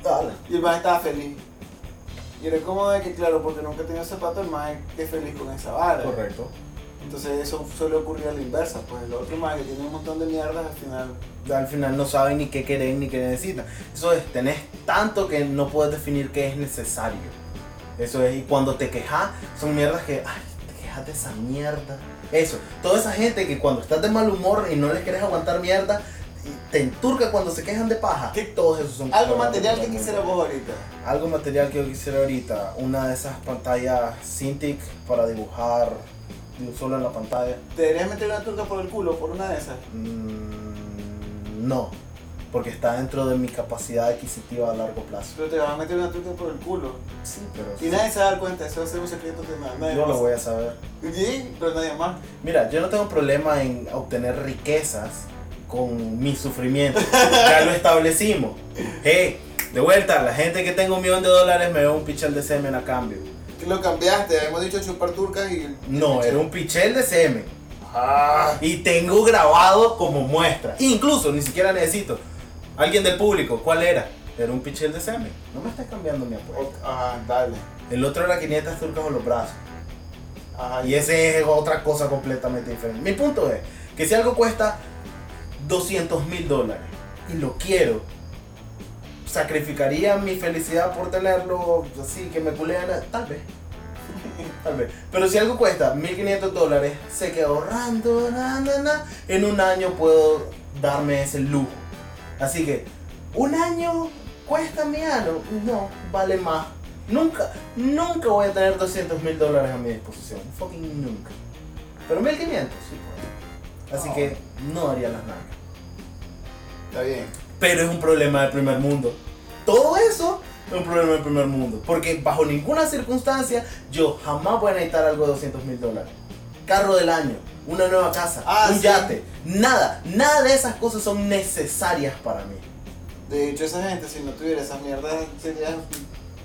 Speaker 1: Dale.
Speaker 2: Y el man estaba feliz. Y era como de que, claro, porque nunca tenía zapatos, el man es feliz con esa vara.
Speaker 1: Correcto.
Speaker 2: Entonces eso suele ocurrir a la inversa, pues el otro man que tiene un montón de mierdas al final.
Speaker 1: al final no saben ni qué quieren ni qué necesitan. Eso es, tenés tanto que no puedes definir qué es necesario. Eso es, y cuando te quejas, son mierdas que, ay, te quejas de esa mierda. Eso, toda esa gente que cuando estás de mal humor y no les quieres aguantar mierda, y te enturca cuando se quejan de paja.
Speaker 2: ¿Qué?
Speaker 1: Todos esos son
Speaker 2: Algo
Speaker 1: problemas
Speaker 2: material que
Speaker 1: totalmente.
Speaker 2: quisiera vos ahorita.
Speaker 1: Algo material que yo quisiera ahorita, una de esas pantallas Cintiq para dibujar de un solo en la pantalla.
Speaker 2: ¿Te deberías meter una turca por el culo por una de esas?
Speaker 1: Mm, no. porque está dentro de mi capacidad adquisitiva a largo plazo.
Speaker 2: Pero te vas a meter una turca por el culo.
Speaker 1: Sí, pero
Speaker 2: Y nadie se va a dar cuenta, eso va a ser un secreto que na- nadie
Speaker 1: yo
Speaker 2: más.
Speaker 1: lo voy a saber.
Speaker 2: Sí, pero nadie más.
Speaker 1: Mira, yo no tengo problema en obtener riquezas con mi *laughs* sufrimiento. ya lo establecimos. Hey, de vuelta, la gente que tenga un millón de dólares me da un pichel de semen a cambio.
Speaker 2: Que Lo cambiaste, hemos dicho chupar turcas y.
Speaker 1: No, era un pichel de semen.
Speaker 2: Ah,
Speaker 1: Y tengo grabado como muestra. Incluso, ni siquiera necesito. Alguien del público, ¿cuál era? Era un pichel de semen. No me estás cambiando mi apuesta.
Speaker 2: o- ah, dale.
Speaker 1: El otro era 500 turcas con los brazos.
Speaker 2: Ajá,
Speaker 1: Y ese es otra cosa completamente diferente. Mi punto es que si algo cuesta 200 mil dólares y lo quiero, sacrificaría mi felicidad por tenerlo así, que me culean, tal vez. *laughs* Tal vez. Pero si algo cuesta 1.500 dólares, sé que ahorrando, na, na, na, en un año puedo darme ese lujo. Así que, ¿un año cuesta mi ano? No, vale más. Nunca, nunca voy a tener 200 mil dólares a mi disposición. Fucking nunca. Pero 1.500, sí. puedo. Así que no haría las nada.
Speaker 2: está bien.
Speaker 1: Pero es un problema del primer mundo. Todo eso es un problema del primer mundo. Porque bajo ninguna circunstancia yo jamás voy a necesitar algo de 200 mil dólares. Carro del año, una nueva casa,
Speaker 2: Ah,
Speaker 1: un
Speaker 2: sí.
Speaker 1: yate. Nada, nada de esas cosas son necesarias para mí.
Speaker 2: De hecho, esa gente, si no tuviera esas mierdas, sería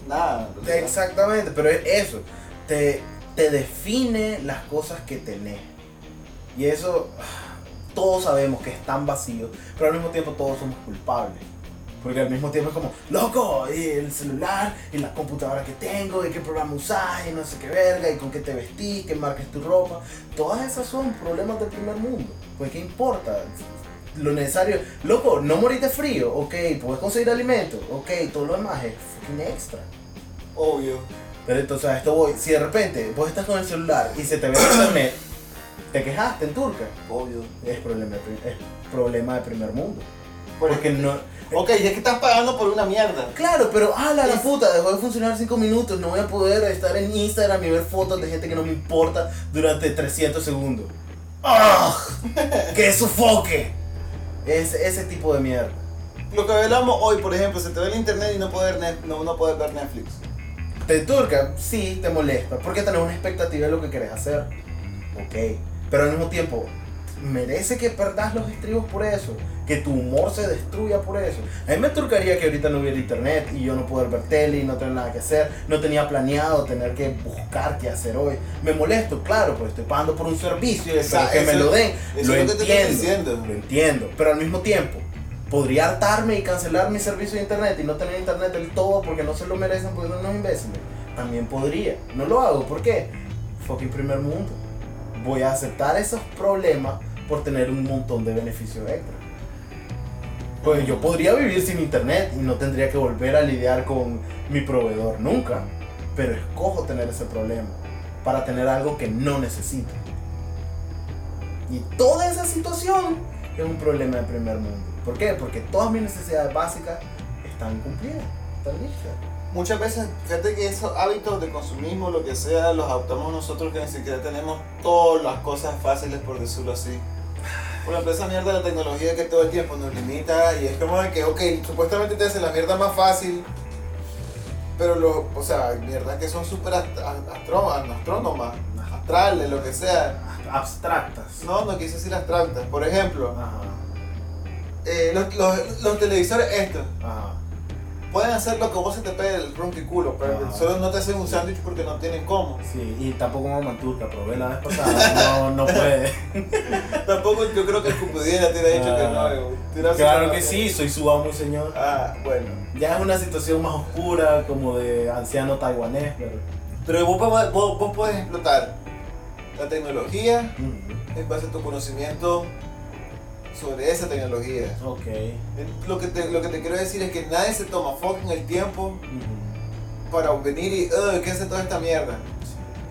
Speaker 2: nada. o sea,
Speaker 1: Exactamente, pero es eso. Te, te define las cosas que tenés. Y eso ah, todos sabemos que es tan vacío, pero al mismo tiempo todos somos culpables. Porque al mismo tiempo es como, loco, y el celular, y la computadora que tengo, y qué programa usás, y no sé qué verga, y con qué te vestís, qué marca es tu ropa. Todas esas son problemas del primer mundo. Pues qué importa. Lo necesario, loco, no morís de frío, ok, puedes conseguir alimento, ok, todo lo demás es fucking extra.
Speaker 2: Obvio.
Speaker 1: Pero entonces a esto voy. Si de repente vos estás con el celular y se te ve el internet, te quejaste en turca.
Speaker 2: Obvio.
Speaker 1: Es problema, de prim- es problema de primer mundo.
Speaker 2: Por
Speaker 1: Porque no.
Speaker 2: Ok, y es que estás pagando por una mierda.
Speaker 1: Claro, pero ah, la, la
Speaker 2: Es-
Speaker 1: puta, dejó de funcionar 5 minutos. No voy a poder estar en Instagram y ver fotos de gente que no me importa durante 300 segundos.
Speaker 2: *laughs*
Speaker 1: ¡Ah! ¡Que sofoque! Es, ese tipo de mierda.
Speaker 2: Lo que hablamos hoy, por ejemplo, se te ve el internet y no poder, net- no, no poder ver Netflix.
Speaker 1: Te turca, sí, te molesta, porque tenés una expectativa de lo que querés hacer. Ok, pero al mismo tiempo, merece que perdas los estribos por eso, que tu humor se destruya por eso. A mí me turcaría que ahorita no hubiera internet y yo no poder ver tele y no tener nada que hacer, no tenía planeado tener que buscar qué hacer hoy. Me molesto, claro, porque estoy pagando por un servicio y espero
Speaker 2: Esa-
Speaker 1: que me
Speaker 2: eso-
Speaker 1: lo den.
Speaker 2: Eso
Speaker 1: lo
Speaker 2: es lo que te estoy
Speaker 1: entiendo.
Speaker 2: diciendo.
Speaker 1: Lo entiendo, pero al mismo tiempo podría hartarme y cancelar mi servicio de internet y no tener internet del todo porque no se lo merecen porque son unos imbéciles. También podría, no lo hago, ¿por qué? Fucking primer mundo. Voy a aceptar esos problemas por tener un montón de beneficios extra. Pues yo podría vivir sin internet y no tendría que volver a lidiar con mi proveedor nunca, pero escojo tener ese problema para tener algo que no necesito. Y toda esa situación es un problema de primer mundo. ¿Por qué? Porque todas mis necesidades básicas están cumplidas, están listas.
Speaker 2: Muchas veces, fíjate que esos hábitos de consumismo, lo que sea, los adoptamos nosotros que ni siquiera tenemos todas las cosas fáciles, por decirlo así. Por ejemplo, esa mierda de la tecnología que todo el tiempo nos limita y es como de que, ok, supuestamente te hacen la mierda más fácil, pero lo, o sea, mierda que son súper ast- a- astró- astrónomas, astrales, lo que sea.
Speaker 1: Abstractas.
Speaker 2: No, no quise decir abstractas. Por ejemplo,
Speaker 1: Ajá,
Speaker 2: eh, los, los- los televisores estos.
Speaker 1: ajá.
Speaker 2: Pueden hacer lo que vos se te pegue el ronqui culo, pero
Speaker 1: Ah.
Speaker 2: solo no te hacen un sándwich porque no tienen cómo.
Speaker 1: Sí, y tampoco como turca, probé la vez pasada. *laughs* No, no puede.
Speaker 2: Tampoco yo creo que el cupidiera te hubiera dicho que
Speaker 1: Ah.
Speaker 2: no. güey. Te hubiera
Speaker 1: Claro
Speaker 2: sido-
Speaker 1: que sí, soy su amo y señor.
Speaker 2: Ah, bueno.
Speaker 1: Ya es una situación más oscura, como de anciano taiwanés, pero.
Speaker 2: Pero vos, pa- vos, vos puedes explotar la tecnología
Speaker 1: mm,
Speaker 2: en base a tu conocimiento sobre esa tecnología.
Speaker 1: Ok.
Speaker 2: Lo que, te, lo que te quiero decir es que nadie se toma fucking el tiempo
Speaker 1: mm,
Speaker 2: para venir y, "Ugh, ¿qué hace toda esta mierda?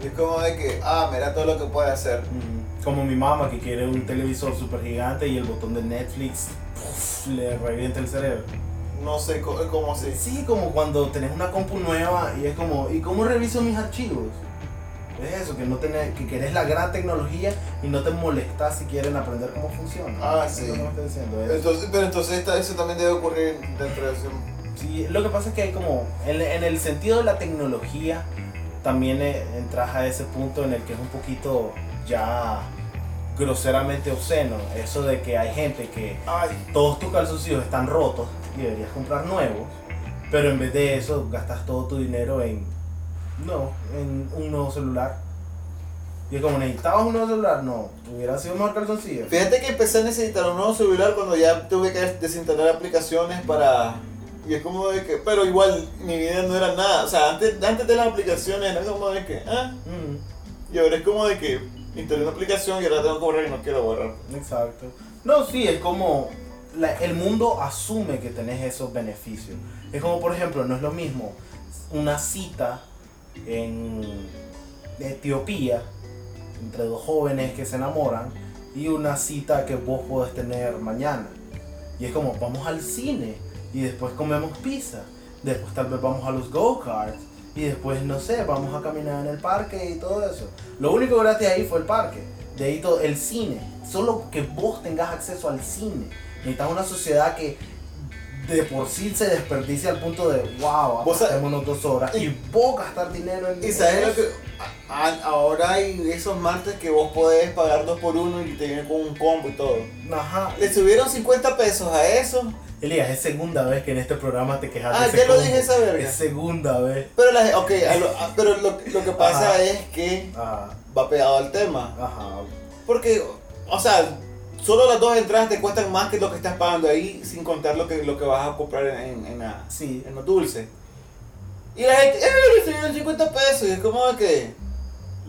Speaker 2: Y es como de que, ah, mira todo lo que puede hacer.
Speaker 1: mm. Como mi mamá que quiere un televisor super gigante y el botón de Netflix puf, le revienta el cerebro.
Speaker 2: No sé co- cómo se.
Speaker 1: Sí, como cuando tenés una compu nueva y es como, ¿y cómo reviso mis archivos? Es eso, que no tenés, que querés la gran tecnología y no te molestas si quieren aprender cómo funciona.
Speaker 2: Ah,
Speaker 1: Eso es
Speaker 2: sí.
Speaker 1: lo que me está diciendo, es-
Speaker 2: Entonces, pero entonces esta- eso también debe ocurrir dentro de ese...
Speaker 1: Sí, lo que pasa es que hay como, en, en el sentido de la tecnología, también eh, entras a ese punto en el que es un poquito ya groseramente obsceno, eso de que hay gente que
Speaker 2: Ay,
Speaker 1: todos tus calzoncillos están rotos y deberías comprar nuevos, pero en vez de eso gastas todo tu dinero en, no, en un nuevo celular. Y es como necesitabas un nuevo celular, no, hubiera sido mejor calzoncillo.
Speaker 2: Fíjate que empecé a necesitar un nuevo celular cuando ya tuve que desinstalar aplicaciones para... Y es como de que... Pero igual, mi vida no era nada. O sea, antes, antes de las aplicaciones era como de que... Ah,
Speaker 1: Mm,
Speaker 2: y ahora es como de que... Instalé una aplicación y ahora tengo que borrar y no quiero borrar.
Speaker 1: exacto. No, sí, es como la- el mundo asume que tenés esos beneficios. Es como, por ejemplo, no es lo mismo una cita en Etiopía entre dos jóvenes que se enamoran y una cita que vos podés tener mañana. Y es como, vamos al cine y después comemos pizza, después tal vez vamos a los go-karts y después, no sé, vamos a caminar en el parque y todo eso. Lo único gratis ahí fue el parque, de ahí todo, el cine. Solo que vos tengas acceso al cine. Necesitas una sociedad que de por sí se desperdicia al punto de, wow,
Speaker 2: Vos sa-
Speaker 1: unos dos horas y, vos gastar dinero en
Speaker 2: Y sabes lo
Speaker 1: eso.
Speaker 2: que... a- a- ahora hay esos martes que vos podés pagar dos por uno y te vienen con un combo y todo.
Speaker 1: Ajá.
Speaker 2: Le subieron 50 pesos a eso.
Speaker 1: Elías, es segunda vez que en este programa te quejas de
Speaker 2: Ah,
Speaker 1: ese
Speaker 2: ya lo
Speaker 1: combo.
Speaker 2: dije esa verga.
Speaker 1: Es segunda vez.
Speaker 2: Pero, la, ok, a lo- a- pero lo, lo que pasa
Speaker 1: Ajá.
Speaker 2: es que
Speaker 1: Ah,
Speaker 2: va pegado al tema.
Speaker 1: ajá.
Speaker 2: Porque, o sea, solo las dos entradas te cuestan más que lo que estás pagando ahí, sin contar lo que, lo que vas a comprar en, en, la-
Speaker 1: Sí.
Speaker 2: en los dulces. Y la gente, ¡eh! Recibieron 50 pesos. Y es como que,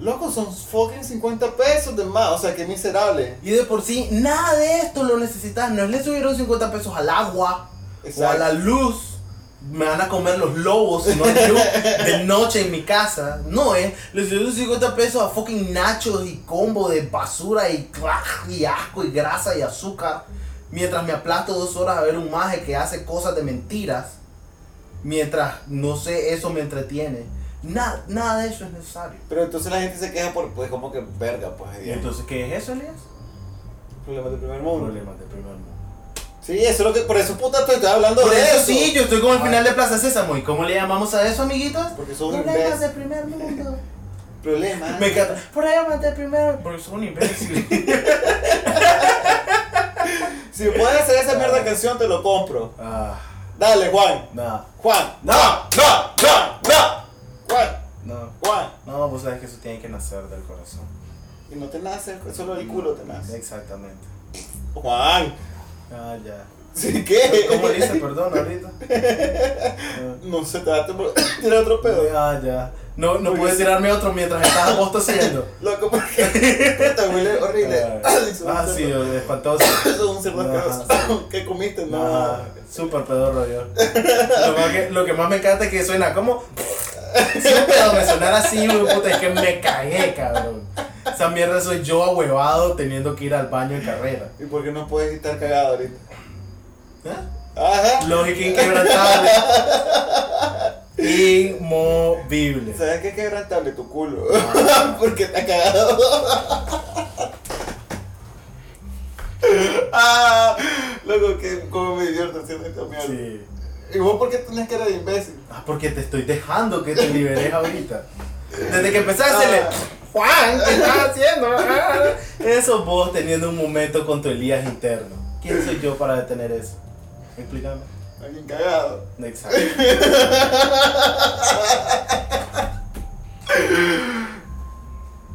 Speaker 2: loco, son fucking 50 pesos de más. O sea, que miserable.
Speaker 1: Y de por sí, nada de esto lo necesitas. No le subieron 50 pesos al agua o a la luz. Me van a comer los lobos si no hay *laughs* luz de noche en mi casa. No, eh. Le subieron 50 pesos a fucking nachos y combo de basura y claj y asco y grasa y azúcar. Mientras me aplasto dos horas a ver un maje que hace cosas de mentiras. Mientras, no sé, eso me entretiene. Nada, nada de eso es necesario.
Speaker 2: Pero entonces la gente se queja por, pues, como que verga, pues.
Speaker 1: ¿Y
Speaker 2: Entonces,
Speaker 1: entonces qué es eso, Elías?
Speaker 2: problemas del primer mundo.
Speaker 1: del primer mundo.
Speaker 2: Sí, eso es lo que, por eso puta te estoy hablando
Speaker 1: Por
Speaker 2: de
Speaker 1: eso Ah.
Speaker 2: eso.
Speaker 1: sí, yo estoy como al final de Plaza Sésamo. ¿Y cómo le llamamos a eso, amiguitos?
Speaker 2: Porque son imbéciles.
Speaker 1: del primer mundo.
Speaker 2: Problemas.
Speaker 1: Me encanta. Problemas del primer mundo. Porque son imbéciles.
Speaker 2: Si puedes hacer esa mierda de canción, te lo compro.
Speaker 1: *laughs* ah,
Speaker 2: Dale, Juan.
Speaker 1: no,
Speaker 2: Juan. No, no, no, no. Juan,
Speaker 1: no.
Speaker 2: Juan.
Speaker 1: No, vos sabes que eso tiene que nacer del corazón.
Speaker 2: Y no te nace, solo el culo te nace.
Speaker 1: Exactamente.
Speaker 2: Juan.
Speaker 1: Ah,
Speaker 2: *laughs*
Speaker 1: ya.
Speaker 2: ¿Sí qué?
Speaker 1: ¿Cómo le dice perdón ahorita?
Speaker 2: No sé, te va a tem- tirar otro pedo.
Speaker 1: Ah, ya. No, no puedes tirarme otro mientras estás apostosiendo.
Speaker 2: Loco, porque te huele horrible.
Speaker 1: Ah, sí, espantoso.
Speaker 2: *coughs* Eso es *laughs* un cerdo
Speaker 1: Ajá,
Speaker 2: asqueroso. *laughs* ¿Qué comiste? No.
Speaker 1: Ajá, súper pedorro yo. Lo más que, lo que más me encanta es que suena como. Siempre cuando me sonara así, güey, puta, es que me cagué, cabrón. Esa mierda soy yo ahuevado teniendo que ir al baño en carrera.
Speaker 2: ¿Y por qué no puedes estar cagado ahorita?
Speaker 1: ¿Eh?
Speaker 2: Ajá.
Speaker 1: Lógica inquebrantable. Inmovible.
Speaker 2: ¿Sabes qué es quebrantable tu culo?
Speaker 1: Ah.
Speaker 2: *laughs* Porque está cagado. ah, loco, que como me divierto haciendo esta mierda.
Speaker 1: Sí.
Speaker 2: ¿Y vos por qué tenés cara de imbécil?
Speaker 1: Ah, porque te estoy dejando que te liberes ahorita. Desde que empezaste, le- Juan, ¿qué estás haciendo? Ah, Eso vos teniendo un momento con tu Elías interno. ¿Quién soy yo para detener eso? Explícame.
Speaker 2: Alguien cagado.
Speaker 1: Exacto.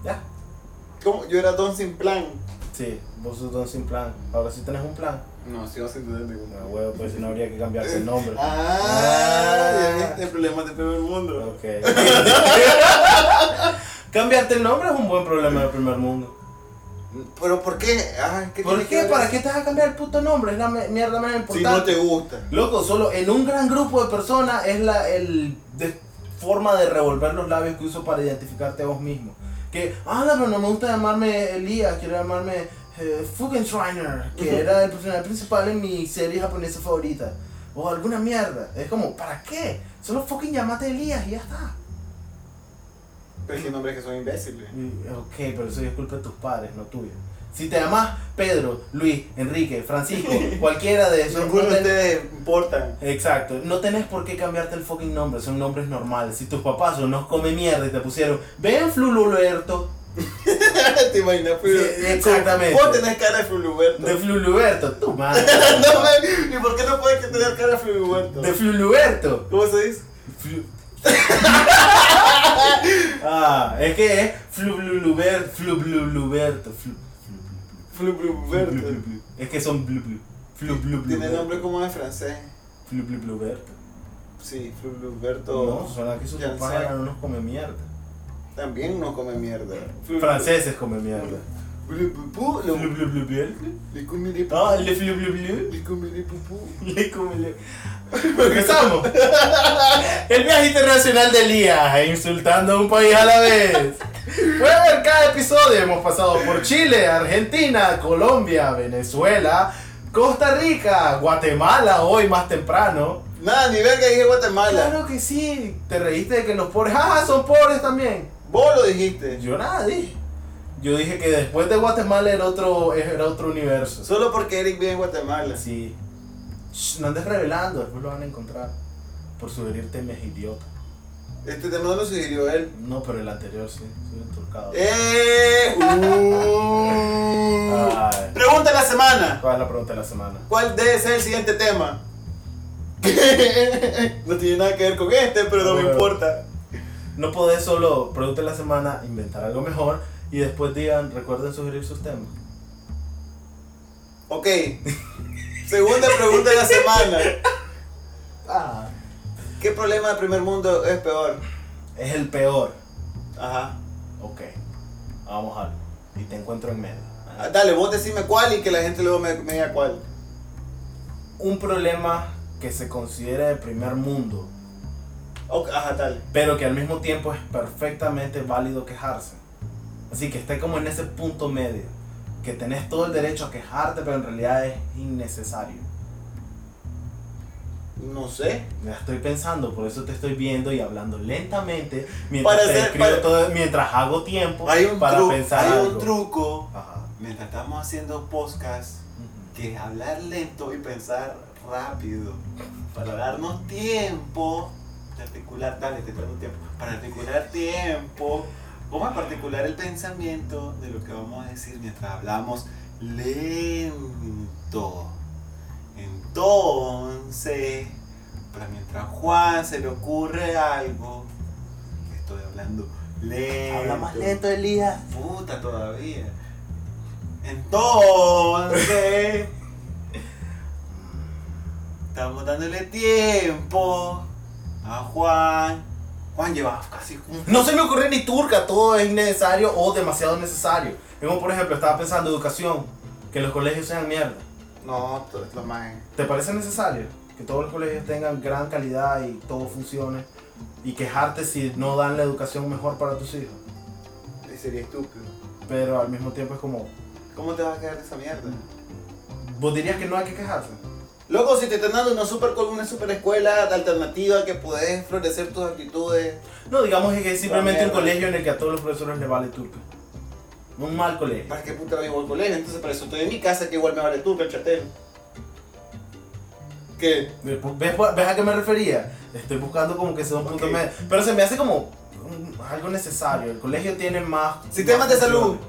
Speaker 1: Ya.
Speaker 2: ¿Cómo? Yo era don sin plan.
Speaker 1: Sí, vos sos don sin plan. Ahora sí tenés un plan.
Speaker 2: No, sigo sin tener ningún
Speaker 1: No, huevo, pues si no habría que cambiarse el nombre.
Speaker 2: Ah,
Speaker 1: Ah.
Speaker 2: ya viste, problemas de primer mundo.
Speaker 1: Ok.
Speaker 2: *laughs*
Speaker 1: Cambiarte el nombre es un buen problema del primer mundo.
Speaker 2: ¿Pero por qué? Ah, ¿qué
Speaker 1: ¿Por
Speaker 2: tiene
Speaker 1: qué?
Speaker 2: que ver
Speaker 1: ¿Para
Speaker 2: eso?
Speaker 1: qué te vas a cambiar el puto nombre? Es la me- mierda menos
Speaker 2: Si no
Speaker 1: importante.
Speaker 2: te gusta.
Speaker 1: Loco, solo en un gran grupo de personas es la el de- forma de revolver los labios que uso para identificarte a vos mismo. Que, ah, no, pero no me gusta llamarme Elías, quiero llamarme eh, Fugen Shriner, que era el personaje principal en mi serie japonesa favorita. O alguna mierda. Es como, ¿para qué? Solo fucking llámate Elías y ya está.
Speaker 2: Pero es que nombres que son imbéciles.
Speaker 1: Mm, Ok, pero eso ya es culpa de tus padres, no tuya. Si te llamas Pedro, Luis, Enrique, Francisco, cualquiera de esos,
Speaker 2: Ninguno
Speaker 1: no
Speaker 2: de
Speaker 1: ten-
Speaker 2: ustedes importan.
Speaker 1: Exacto, no tenés por qué cambiarte el fucking nombre, son nombres normales. Si tus papás o nos come mierda y te pusieron, ven Fluluberto,
Speaker 2: *laughs* Te imaginas,
Speaker 1: Sí, exactamente.
Speaker 2: Vos tenés cara de Fluluberto.
Speaker 1: de Fluluberto, tu madre.
Speaker 2: *laughs* no, man, ¿Y por qué no puedes tener cara de Fluluberto?
Speaker 1: De Fluluberto.
Speaker 2: ¿Cómo se dice?
Speaker 1: Flu- ah, es que es Fluluberto, Fluluberto,
Speaker 2: Fluluberto.
Speaker 1: Es que son blu blu. Flu blu blu.
Speaker 2: Tiene nombre como de francés.
Speaker 1: Flu blu blu Berto.
Speaker 2: Sí, Fluluberto.
Speaker 1: No, suena que sus
Speaker 2: Ya
Speaker 1: papás
Speaker 2: sé.
Speaker 1: eran unos come mierda.
Speaker 2: También no come mierda. Flu-
Speaker 1: Franceses come mierda.
Speaker 2: Blu- blu- blu-
Speaker 1: Flu
Speaker 2: blu-
Speaker 1: blu blu blu.
Speaker 2: Le come les pupus.
Speaker 1: Ah, le flu blu *laughs* blu.
Speaker 2: Le come les pupus.
Speaker 1: Le come le. *laughs* Regresamos. El viaje internacional de Elías, insultando a un país a la vez. Puede ver cada episodio. Hemos pasado por Chile, Argentina, Colombia, Venezuela, Costa Rica, Guatemala, hoy más temprano.
Speaker 2: Nada, ni verga dije Guatemala.
Speaker 1: Claro que sí. Te reíste de que los pobres, ah, son pobres también.
Speaker 2: Vos lo dijiste.
Speaker 1: Yo nada dije. Yo dije que después de Guatemala era otro, era otro universo.
Speaker 2: Solo porque Eric vive en Guatemala.
Speaker 1: Así. Shh, no andes revelando, después lo van a encontrar. Por sugerirte me idiota.
Speaker 2: Este tema no lo sugirió él.
Speaker 1: No, pero el anterior sí, soy un turcado.
Speaker 2: ¡Eh!
Speaker 1: Ah.
Speaker 2: Uh.
Speaker 1: Ay,
Speaker 2: Pregunta de la semana.
Speaker 1: ¿Cuál es la pregunta de la semana?
Speaker 2: ¿Cuál debe ser el
Speaker 1: *laughs*
Speaker 2: siguiente tema? no tiene nada que ver con este, pero no me
Speaker 1: Bueno.
Speaker 2: importa.
Speaker 1: No podés solo, pregunta de la semana, inventar algo mejor y después digan, recuerden sugerir sus temas.
Speaker 2: Ok. Segunda pregunta de la semana.
Speaker 1: Ah,
Speaker 2: ¿Qué problema del primer mundo es peor?
Speaker 1: es el peor.
Speaker 2: Ajá.
Speaker 1: Ok, vamos a Y te encuentro en medio.
Speaker 2: Ah, Dale, vos decime cuál y que la gente luego me, me diga cuál.
Speaker 1: Un problema que se considera de primer mundo
Speaker 2: Ok, ajá, dale.
Speaker 1: pero que al mismo tiempo es perfectamente válido quejarse. Así que esté como en ese punto medio, que tenés todo el derecho a quejarte, pero en realidad es innecesario.
Speaker 2: No sé.
Speaker 1: Ya estoy pensando, por eso te estoy viendo y hablando lentamente mientras,
Speaker 2: Para
Speaker 1: te
Speaker 2: hacer-
Speaker 1: escribo
Speaker 2: para-
Speaker 1: todo- mientras hago tiempo
Speaker 2: Hay un,
Speaker 1: para
Speaker 2: tru-
Speaker 1: pensar
Speaker 2: hay
Speaker 1: algo.
Speaker 2: un truco.
Speaker 1: Ajá.
Speaker 2: Mientras estamos haciendo podcast, que es hablar lento y pensar rápido. Para darnos tiempo de articular, dale, te traigo tiempo. Para articular tiempo, vamos a particular el pensamiento de lo que vamos a decir mientras hablamos lento. Entonces, para mientras Juan se le ocurre algo, estoy hablando lento.
Speaker 1: Habla más lento, Elías.
Speaker 2: Puta todavía. Entonces, mm, estamos dándole tiempo a Juan. Juan lleva casi un...
Speaker 1: No se me ocurre ni turca, todo es innecesario o demasiado necesario. Es Como por ejemplo, estaba pensando educación, que los colegios sean mierda.
Speaker 2: No, esto es lo más.
Speaker 1: ¿Te parece necesario que todos los colegios tengan gran calidad y todo funcione? Y quejarte si no dan la educación mejor para tus hijos.
Speaker 2: eh, Sería estúpido.
Speaker 1: Pero al mismo tiempo es como,
Speaker 2: ¿Cómo te vas a quedar de esa mierda?
Speaker 1: vos dirías que no hay que quejarse.
Speaker 2: Loco, si te están dando una super con una super escuela de alternativa que podés florecer tus actitudes.
Speaker 1: No, digamos que es simplemente un
Speaker 2: mierda.
Speaker 1: colegio en el que a todos los profesores les vale turca. Un mal colegio.
Speaker 2: ¿Para qué puta vivo al colegio? Entonces, para eso estoy en mi casa, que igual me vale tú, cachatel. ¿Qué?
Speaker 1: ¿Ves, ves a qué me refería? Estoy buscando como que sea un punto
Speaker 2: Ok.
Speaker 1: medio. Pero se me hace como un- algo necesario. El colegio tiene más...
Speaker 2: Sistemas
Speaker 1: más
Speaker 2: de salud.
Speaker 1: funciones.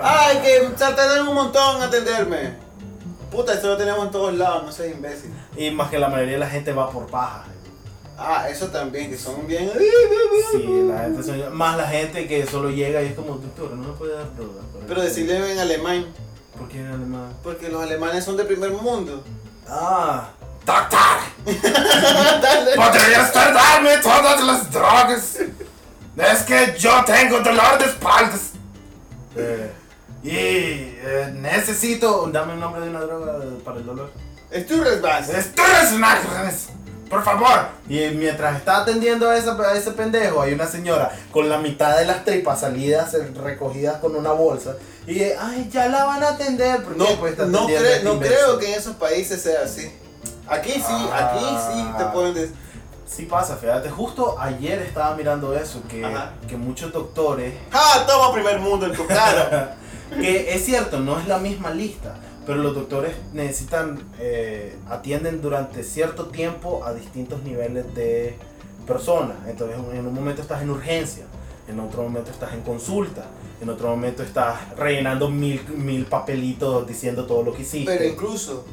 Speaker 2: Ay, que se tardaron un montón en atenderme. Puta, eso lo tenemos en todos lados, no seas imbécil.
Speaker 1: Y más que la mayoría de la gente va por paja.
Speaker 2: Ah, eso también, que son bien.
Speaker 1: Sí, la gente sueña- Más la gente que solo llega y es como, doctor, no me puede dar droga. por ejemplo".
Speaker 2: Pero decirle en alemán,
Speaker 1: ¿Por qué en alemán?
Speaker 2: porque los alemanes son de primer
Speaker 1: *laughs*
Speaker 2: mundo.
Speaker 1: Ah. ¡Doctor!
Speaker 2: Dale.
Speaker 1: ¡Podrías darme todas las drogas! ¡Es que yo tengo dolor de espaldas! Eh, y eh, necesito. Dame el nombre de una droga eh, para el dolor.
Speaker 2: Sturresbass.
Speaker 1: ¡Estrellas imágenes! ¡Por favor! Y mientras está atendiendo a, esa- a ese pendejo, hay una señora con la mitad de las tripas salidas, eh, recogidas con una bolsa. Y, eh, ay, ya la van a atender. ¿Por qué?
Speaker 2: No,
Speaker 1: Pues está
Speaker 2: no,
Speaker 1: atendiendo
Speaker 2: cre-
Speaker 1: a este
Speaker 2: no
Speaker 1: imbécil.
Speaker 2: creo que en esos países sea así. Aquí sí, aquí sí te
Speaker 1: Ah.
Speaker 2: pueden decir.
Speaker 1: Sí pasa, fíjate. Justo ayer estaba mirando eso, que,
Speaker 2: Ajá.
Speaker 1: que muchos doctores
Speaker 2: ¡Ah! Toma primer mundo
Speaker 1: *laughs*
Speaker 2: el claro.
Speaker 1: que es cierto, no es la misma lista, pero los doctores necesitan, eh, atienden durante cierto tiempo a distintos niveles de personas. Entonces, en un momento estás en urgencia, en otro momento estás en consulta, en otro momento estás rellenando mil, mil papelitos diciendo todo lo que hiciste.
Speaker 2: Pero incluso,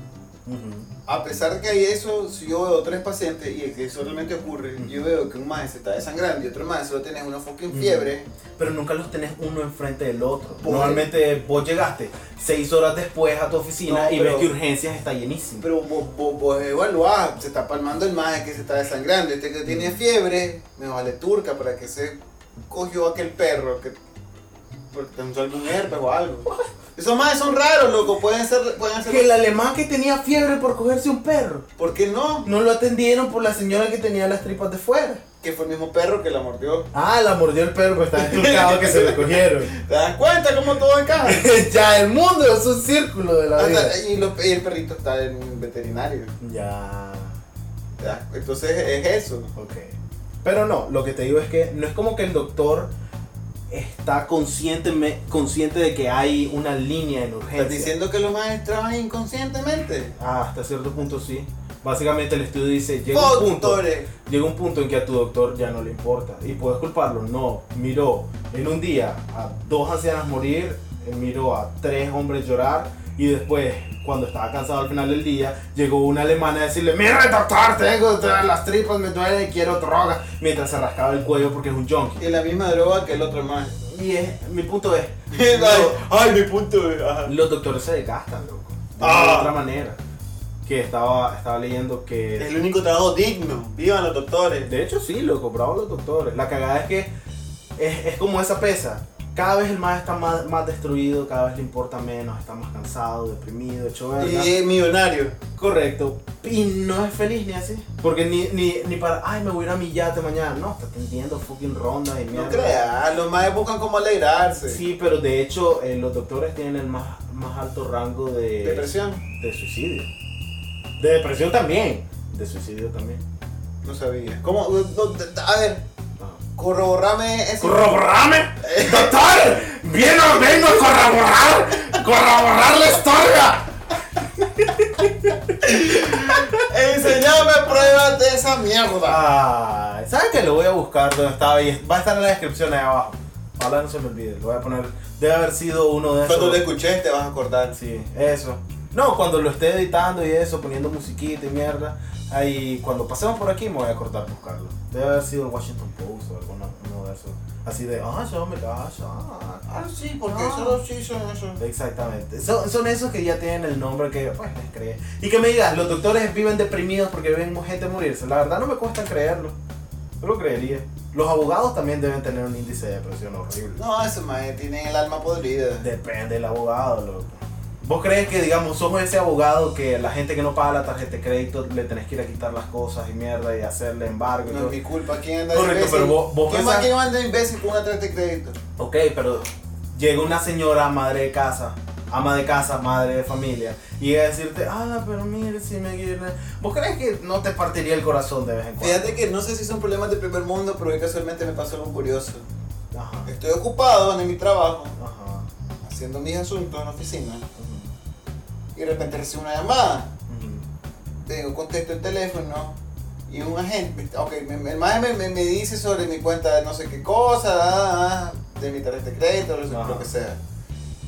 Speaker 1: Ujú.
Speaker 2: a pesar de que hay eso, si yo veo tres pacientes y que eso realmente ocurre, yo veo que un maestro se está desangrando y otro maestro solo tiene una fucking
Speaker 1: Ujú.
Speaker 2: fiebre,
Speaker 1: Pero nunca los tenés uno enfrente del otro.
Speaker 2: Por-
Speaker 1: Normalmente vos llegaste seis horas después a tu oficina
Speaker 2: No,
Speaker 1: y
Speaker 2: pero-
Speaker 1: ves que urgencias está llenísimo.
Speaker 2: pero vos, vos, vos evaluás, se está palmando el maestro que se está desangrando, este que tiene fiebre, me vale turca para que se cogió aquel perro que pensó algún herpes
Speaker 1: *laughs*
Speaker 2: o algo. Esos maestros son raros, loco, pueden ser, pueden ser.
Speaker 1: que el alemán que tenía fiebre por cogerse un perro.
Speaker 2: ¿Por qué no?
Speaker 1: No lo atendieron por la señora que tenía las tripas de fuera.
Speaker 2: Que fue el mismo perro que la mordió.
Speaker 1: Ah, la mordió el perro, pues está explicado que se lo cogieron.
Speaker 2: ¿Te das cuenta cómo todo encaja?
Speaker 1: *laughs* ya, el mundo es un círculo de la vida.
Speaker 2: Hasta- y, los- y el perrito está en veterinario.
Speaker 1: Ya,
Speaker 2: Ya, Entonces es eso.
Speaker 1: ok. Pero no, lo que te digo es que no es como que el doctor está consciente, consciente de que hay una línea en urgencia.
Speaker 2: ¿Estás diciendo que los maestros trabajan inconscientemente?
Speaker 1: Ah, hasta cierto punto sí. Básicamente el estudio dice, llega un punto...
Speaker 2: Doctores.
Speaker 1: Llega un punto en que a tu doctor ya no le importa. Y puedes culparlo. No, miró en un día a dos ancianas morir, eh, miró a tres hombres llorar. Y después, cuando estaba cansado al final del día, llegó una alemana a decirle: Mira, doctor, tengo todas las tripas, me duele, quiero droga. Mientras se rascaba el cuello porque es un junkie.
Speaker 2: Y la misma droga que el otro maestro.
Speaker 1: Y es, mi punto es:
Speaker 2: *laughs* ay,
Speaker 1: No.
Speaker 2: ay, mi punto de. ajá.
Speaker 1: los doctores se desgastan, loco. De
Speaker 2: Ah.
Speaker 1: otra manera. Que estaba, estaba leyendo que.
Speaker 2: Es el único trabajo digno. Vivan los doctores.
Speaker 1: De hecho, sí, loco, bravo los doctores. La cagada es que es, es como esa pesa. Cada vez el más está más, más destruido, cada vez le importa menos, está más cansado, deprimido, hecho verga.
Speaker 2: Y es millonario.
Speaker 1: Correcto. Y no es feliz ni así. Porque ni, ni, ni para, ay, me voy a ir a mi yate mañana. No, está atendiendo fucking ronda y mierda.
Speaker 2: No creas, los maestros buscan cómo alegrarse.
Speaker 1: Sí, pero de hecho, eh, los doctores tienen el más, más alto rango de,
Speaker 2: Depresión.
Speaker 1: de suicidio. De depresión también. De suicidio también.
Speaker 2: No sabía. ¿Cómo? ¿Dónde- A ver,
Speaker 1: Ah.
Speaker 2: corroborame eso.
Speaker 1: ¡Corroborame! ¡Doctor! ¡Viene, vengo a corroborar! ¡Corroborar la historia!
Speaker 2: Enseñame pruebas de esa
Speaker 1: Ah,
Speaker 2: mierda.
Speaker 1: Ay, ¿Sabes qué? Lo voy a buscar donde estaba y va a estar en la descripción ahí abajo. Ojalá no se me olvide, lo voy a poner. Debe haber sido uno de esos.
Speaker 2: Cuando lo escuches te vas a acordar.
Speaker 1: Sí, eso. No, cuando lo esté editando y eso, poniendo musiquita y mierda. Ahí, cuando pasemos por aquí me voy a acordar buscarlo. Debe haber sido el Washington Post o alguno uno de esos. Así de, ah, yo me caso. ah, ah,
Speaker 2: sí,
Speaker 1: porque
Speaker 2: eso
Speaker 1: solo
Speaker 2: sí son eso.
Speaker 1: Exactamente. Son, son esos que ya tienen el nombre que pues les cree. Y que me digas, los doctores viven deprimidos porque ven gente morirse. La verdad no me cuesta creerlo. Yo lo creería. Los abogados también deben tener un índice de depresión horrible.
Speaker 2: No, esos maestros tienen el alma podrida.
Speaker 1: Depende del abogado, loco. ¿Vos crees que, digamos, somos ese abogado que la gente que no paga la tarjeta de crédito le tenés que ir a quitar las cosas y mierda y hacerle embargo? y
Speaker 2: No
Speaker 1: todo?
Speaker 2: es mi culpa, ¿quién anda
Speaker 1: Correcto,
Speaker 2: imbécil?
Speaker 1: pero vos- vos
Speaker 2: ¿Quién,
Speaker 1: pensás-
Speaker 2: más- quién anda imbécil con una tarjeta de crédito?
Speaker 1: Ok, pero llega una señora, madre de casa, ama de casa, madre de familia, y llega a decirte, ah, pero mire, si me quiere. ¿Vos crees que no te partiría el corazón de vez en cuando?
Speaker 2: Fíjate que no sé si son problemas de primer mundo, pero hoy casualmente me pasó algo curioso.
Speaker 1: Ajá,
Speaker 2: Estoy ocupado en mi trabajo,
Speaker 1: ajá.
Speaker 2: haciendo mis asuntos en la oficina, y de repente recibo una llamada. Tengo contesto el teléfono, y un agente, ok, me- me- el maestro me, me- me dice sobre mi cuenta de no sé qué cosa, ah, ah, de mi tarjeta de crédito, lo,
Speaker 1: Ajá.
Speaker 2: lo que sea.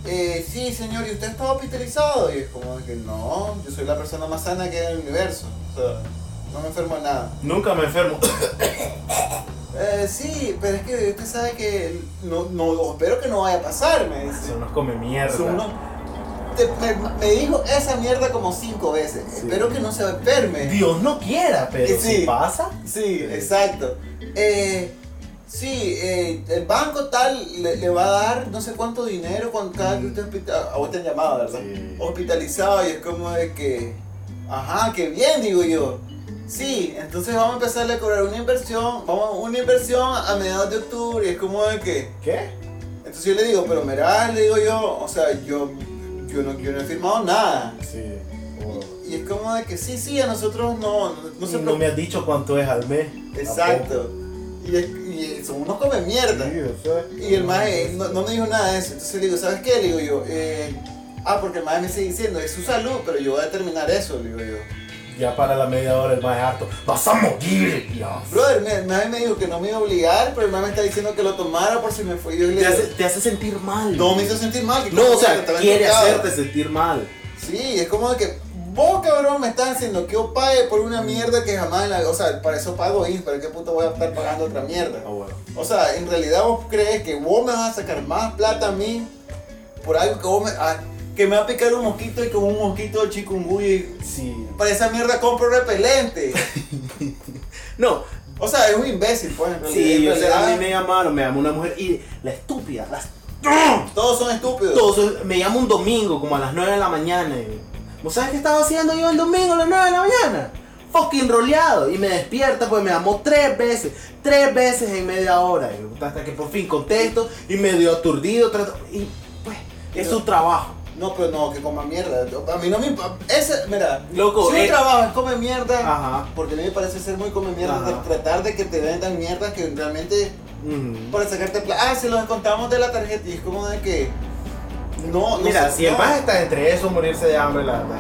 Speaker 2: Eh, sí, señor, ¿y usted está hospitalizado? Y es como que no, yo soy la persona más sana que hay en el universo. O sea, no me enfermo de nada.
Speaker 1: Nunca me enfermo.
Speaker 2: Eh, sí, pero es que usted sabe que no, no espero que no vaya a pasar, me dice.
Speaker 1: Eso nos come mierda.
Speaker 2: Son unos- Te- me, me dijo esa mierda como cinco veces.
Speaker 1: Sí.
Speaker 2: Espero que no se enferme.
Speaker 1: Dios no quiera, pero
Speaker 2: Sí.
Speaker 1: si pasa.
Speaker 2: Sí, exacto. Eh, sí, eh, el banco tal le, le va a dar no sé cuánto dinero cuando cada que usted hospita- a vos te han llamado, ¿verdad?
Speaker 1: Sí.
Speaker 2: Hospitalizado y es como de que, ajá, qué bien, digo yo. Sí, entonces vamos a empezarle a cobrar una inversión, vamos una inversión a mediados de octubre y es como de que,
Speaker 1: ¿Qué?
Speaker 2: entonces yo le digo, pero mirá, le digo yo, o sea, yo, yo, no, yo no he firmado nada.
Speaker 1: Sí.
Speaker 2: Y- Y es como de que sí, sí, a nosotros no, no, no
Speaker 1: No,
Speaker 2: se
Speaker 1: me
Speaker 2: preocupen.
Speaker 1: has dicho cuánto es al mes.
Speaker 2: Exacto. Y, es- y son unos come mierda. Y el mae eh, no, no me dijo nada de eso. Entonces le digo, ¿sabes qué? Le digo yo, eh, ah, porque el mae me sigue diciendo, es su salud, pero yo voy a determinar eso, le digo yo.
Speaker 1: Ya para la media hora el mae harto. ¡Vas a morir! Dios.
Speaker 2: Brother, me- el mae me dijo que no me iba a obligar, pero el mae me está diciendo que lo tomara por si me fue. Y yo le
Speaker 4: Te
Speaker 2: digo,
Speaker 4: hace, te hace sentir mal.
Speaker 2: no me hizo sentir mal. que
Speaker 4: No,
Speaker 2: como
Speaker 4: o sea,
Speaker 2: estaba
Speaker 4: quiere
Speaker 2: enojado.
Speaker 4: hacerte sentir mal.
Speaker 2: Sí, es como de que vos cabrón me estás haciendo que yo pague por
Speaker 4: Mm.
Speaker 2: una mierda que jamás en la- O sea, para eso pago pero ¿qué puto voy a estar pagando otra mierda?
Speaker 4: Ah, bueno.
Speaker 2: O sea, en realidad vos crees que vos me vas a sacar más plata a mí por algo que vos me. ah, que me va a picar un mosquito y con un mosquito de chikungunya. y
Speaker 1: Sí.
Speaker 2: Para esa mierda compro repelente.
Speaker 4: No,
Speaker 2: O sea, es un imbécil, pues. En realidad, en
Speaker 4: sí, o sea,
Speaker 2: realidad,
Speaker 4: a mí me llamaron, me llamó una mujer y la estúpida, la
Speaker 2: todos son estúpidos.
Speaker 4: Entonces, me llama un domingo como a las 9 de la mañana. y, ¿Vos sabés qué estaba haciendo yo el domingo a las 9 de la mañana? Fucking roleado. Y me despierta pues me llamó tres veces. Tres veces en media hora. y, puta, hasta que por fin contesto y medio aturdido. trato- y pues, es su trabajo.
Speaker 2: No, pero no, que coma mierda. Yo- A mí no me impa- Ese, mira,
Speaker 4: Loco,
Speaker 2: si
Speaker 4: eh.
Speaker 2: un trabajo es come mierda,
Speaker 4: Ajá.
Speaker 2: porque a mí me parece ser muy come mierda
Speaker 4: Ajá.
Speaker 2: de tratar de que te vendan mierdas que realmente
Speaker 4: Ujú.
Speaker 2: para sacarte plata. Ah, se los contamos de la tarjeta y es como de que. No, no
Speaker 1: Mira,
Speaker 2: sé,
Speaker 1: si el
Speaker 2: no.
Speaker 1: mae está entre eso, morirse de hambre, la verdad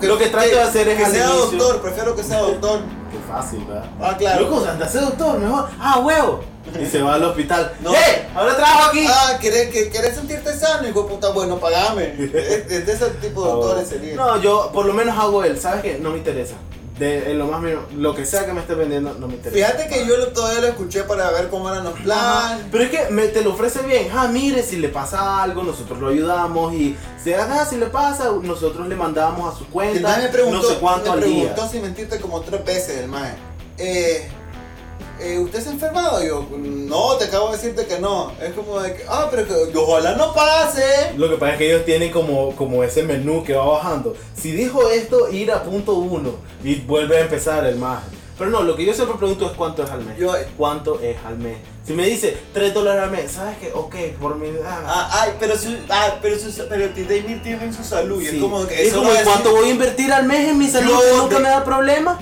Speaker 4: Lo que trato de hacer es
Speaker 2: que
Speaker 4: al
Speaker 2: sea
Speaker 4: inicio-
Speaker 2: doctor, prefiero que sea doctor.
Speaker 1: que. Qué fácil, ¿verdad?
Speaker 2: Ah, claro.
Speaker 4: Loco, anda a ser doctor, mejor. Ah,
Speaker 2: *laughs*
Speaker 4: huevo. Y se va al hospital.
Speaker 2: No.
Speaker 4: ¡Eh! Ahora trabajo aquí.
Speaker 2: Ah, ¿querés, que- querés sentirte sano? Hijo de puta, bueno, pagame.
Speaker 4: *laughs*
Speaker 2: Es, es de ese tipo de doctores sería.
Speaker 4: Ah, No, yo por lo menos hago él. ¿Sabes qué? No me interesa. De, en lo más mínimo, lo que sea que me esté vendiendo, no me interesa.
Speaker 2: Fíjate que yo lo- todavía lo escuché para ver cómo eran los
Speaker 4: Ajá,
Speaker 2: planes.
Speaker 4: Pero es que me, te lo ofrece bien. Ah, mire, si le pasa algo, nosotros lo ayudamos. Y si, ah, si le pasa, nosotros le mandamos a su
Speaker 2: El
Speaker 4: cuenta.
Speaker 2: mae me preguntó,
Speaker 4: no sé cuánto
Speaker 2: me
Speaker 4: al día.
Speaker 2: preguntó sin mentirte como tres veces el mae. Eh, eh, ¿Usted se ha enfermado? Yo, no, te acabo de decirte que no. Es como de que, ah, pero que, ojalá no pase.
Speaker 1: Lo que pasa es que ellos tienen como, como ese menú que va bajando. Si dijo esto, ir a punto uno y vuelve a empezar el más.
Speaker 4: Pero no, lo que yo siempre pregunto es cuánto es al mes.
Speaker 2: Yo, eh,
Speaker 4: ¿Cuánto es al mes? Si me dice 3 dólares al mes, ¿sabes qué? Ok, por mi. Ah,
Speaker 2: ah, ay, pero su, ah, pero su, pero te está invirtiendo en su salud. Y
Speaker 4: sí.
Speaker 2: es como que,
Speaker 4: Es
Speaker 2: eso
Speaker 4: como,
Speaker 2: va a
Speaker 4: ¿cuánto
Speaker 2: decir-
Speaker 4: voy a invertir al mes en mi salud?
Speaker 2: Yo
Speaker 4: que nunca
Speaker 2: de-
Speaker 4: me da problema.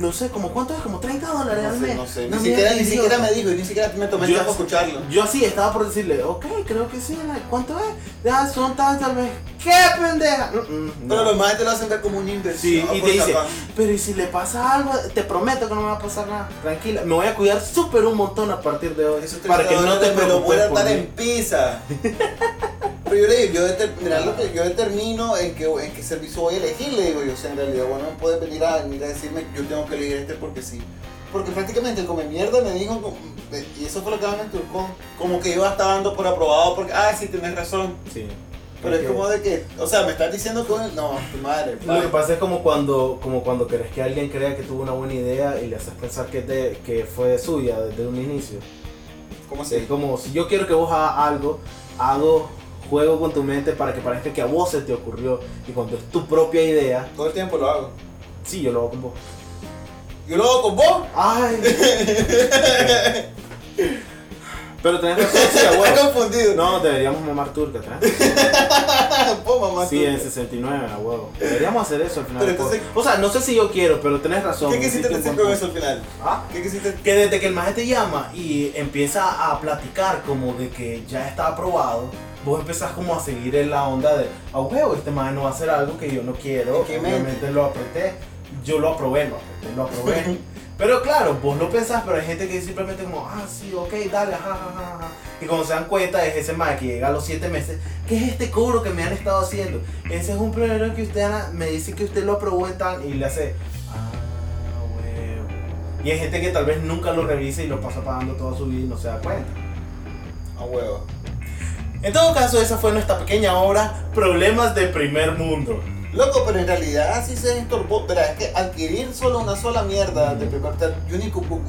Speaker 4: No sé, como cuánto es, como 30 dólares al
Speaker 2: No sé,
Speaker 4: mes.
Speaker 2: no sé,
Speaker 4: No,
Speaker 2: ni, siquiera,
Speaker 4: mira,
Speaker 2: ni siquiera
Speaker 4: idiota.
Speaker 2: me dijo y ni siquiera me tomé
Speaker 4: Yo-
Speaker 2: el tiempo a escucharlo.
Speaker 4: Yo así estaba por decirle, ok, creo que sí, la- ¿cuánto es? Ya son tantas veces. ¡Qué pendeja! Mm, mm, no.
Speaker 2: Pero los más te lo hacen ver como un inversión.
Speaker 4: Sí, y te
Speaker 2: pues,
Speaker 4: dice,
Speaker 2: capaz.
Speaker 4: pero ¿y si le pasa algo? Te prometo que no me va a pasar nada. Tranquila, me voy a cuidar súper un montón a partir de hoy.
Speaker 2: Esos
Speaker 4: Para que no te
Speaker 2: me lo voy
Speaker 4: preocupes
Speaker 2: a
Speaker 4: por
Speaker 2: dar en
Speaker 4: mí. *laughs*
Speaker 2: pizza. Pero yo le digo, yo, deter- mira, lo que yo determino en qué, en qué servicio voy a elegir, le digo yo, o sea, en realidad, bueno, no puedes venir a, venir a decirme, yo tengo que elegir este porque sí. Porque prácticamente el come mierda me dijo, como- y eso fue lo que más me turcó, como que yo estaba dando por aprobado porque, ah, sí, tienes razón.
Speaker 1: Sí.
Speaker 2: Pero es
Speaker 1: Ok.
Speaker 2: como de que, o sea, me estás diciendo que, no, tu madre,
Speaker 1: Lo que
Speaker 2: padre.
Speaker 1: pasa es como cuando, como cuando querés que alguien crea que tuvo una buena idea y le haces pensar que, te- que fue suya desde un inicio.
Speaker 2: ¿cómo
Speaker 1: O sea,
Speaker 2: así?
Speaker 1: es como si yo quiero que vos hagas algo, hago juego con tu mente para que parezca que a vos se te ocurrió y cuando es tu propia idea,
Speaker 2: Todo el tiempo lo hago.
Speaker 1: sí, yo lo hago con vos.
Speaker 2: Yo lo hago con vos.
Speaker 1: Ay. Pero tenés razón, *laughs* sí, a
Speaker 2: *laughs* Estás
Speaker 1: *laughs* huevo.
Speaker 2: confundido.
Speaker 1: No, deberíamos mamar turca, ¿tenés?
Speaker 2: po, mamá.
Speaker 1: Sí,
Speaker 2: tú.
Speaker 1: en 69, a huevo. Deberíamos hacer eso al final.
Speaker 2: Pero
Speaker 1: del
Speaker 2: entonces-
Speaker 1: podcast. o sea, no sé si yo quiero, pero tenés razón.
Speaker 2: ¿Qué quisiste
Speaker 1: hiciste un
Speaker 2: decir
Speaker 1: buen
Speaker 2: con eso al final?
Speaker 1: punto. ¿Ah?
Speaker 2: ¿Qué quisiste?
Speaker 1: Que desde que el maestro te llama y empieza a platicar como de que ya está aprobado, vos empezás como a seguir en la onda de, a huevo, este maestro no va a hacer algo que yo no quiero,
Speaker 2: ¿En qué mente?
Speaker 1: obviamente lo apreté, yo lo aprobé, lo apreté, lo aprobé. pero claro, vos lo pensás, pero hay gente que simplemente como, ah, sí, ok, dale, ajá, ajá, ajá. Y cuando se dan cuenta es ese maestro que llega a los 7 meses, ¿qué es este cobro que me han estado haciendo? Ese es un problema que usted Ana, me dice que usted lo aprobó en tal y le hace, ah, huevo. Y hay gente que tal vez nunca lo revise y lo pasa pagando toda su vida y no se da cuenta.
Speaker 2: A huevo.
Speaker 1: En todo caso, esa fue nuestra pequeña obra, Problemas de Primer Mundo.
Speaker 2: Loco, pero en realidad sí se estorbó. Verá, es que adquirir solo una sola mierda
Speaker 1: Mm.
Speaker 2: de primer tal, yo ni, cupo-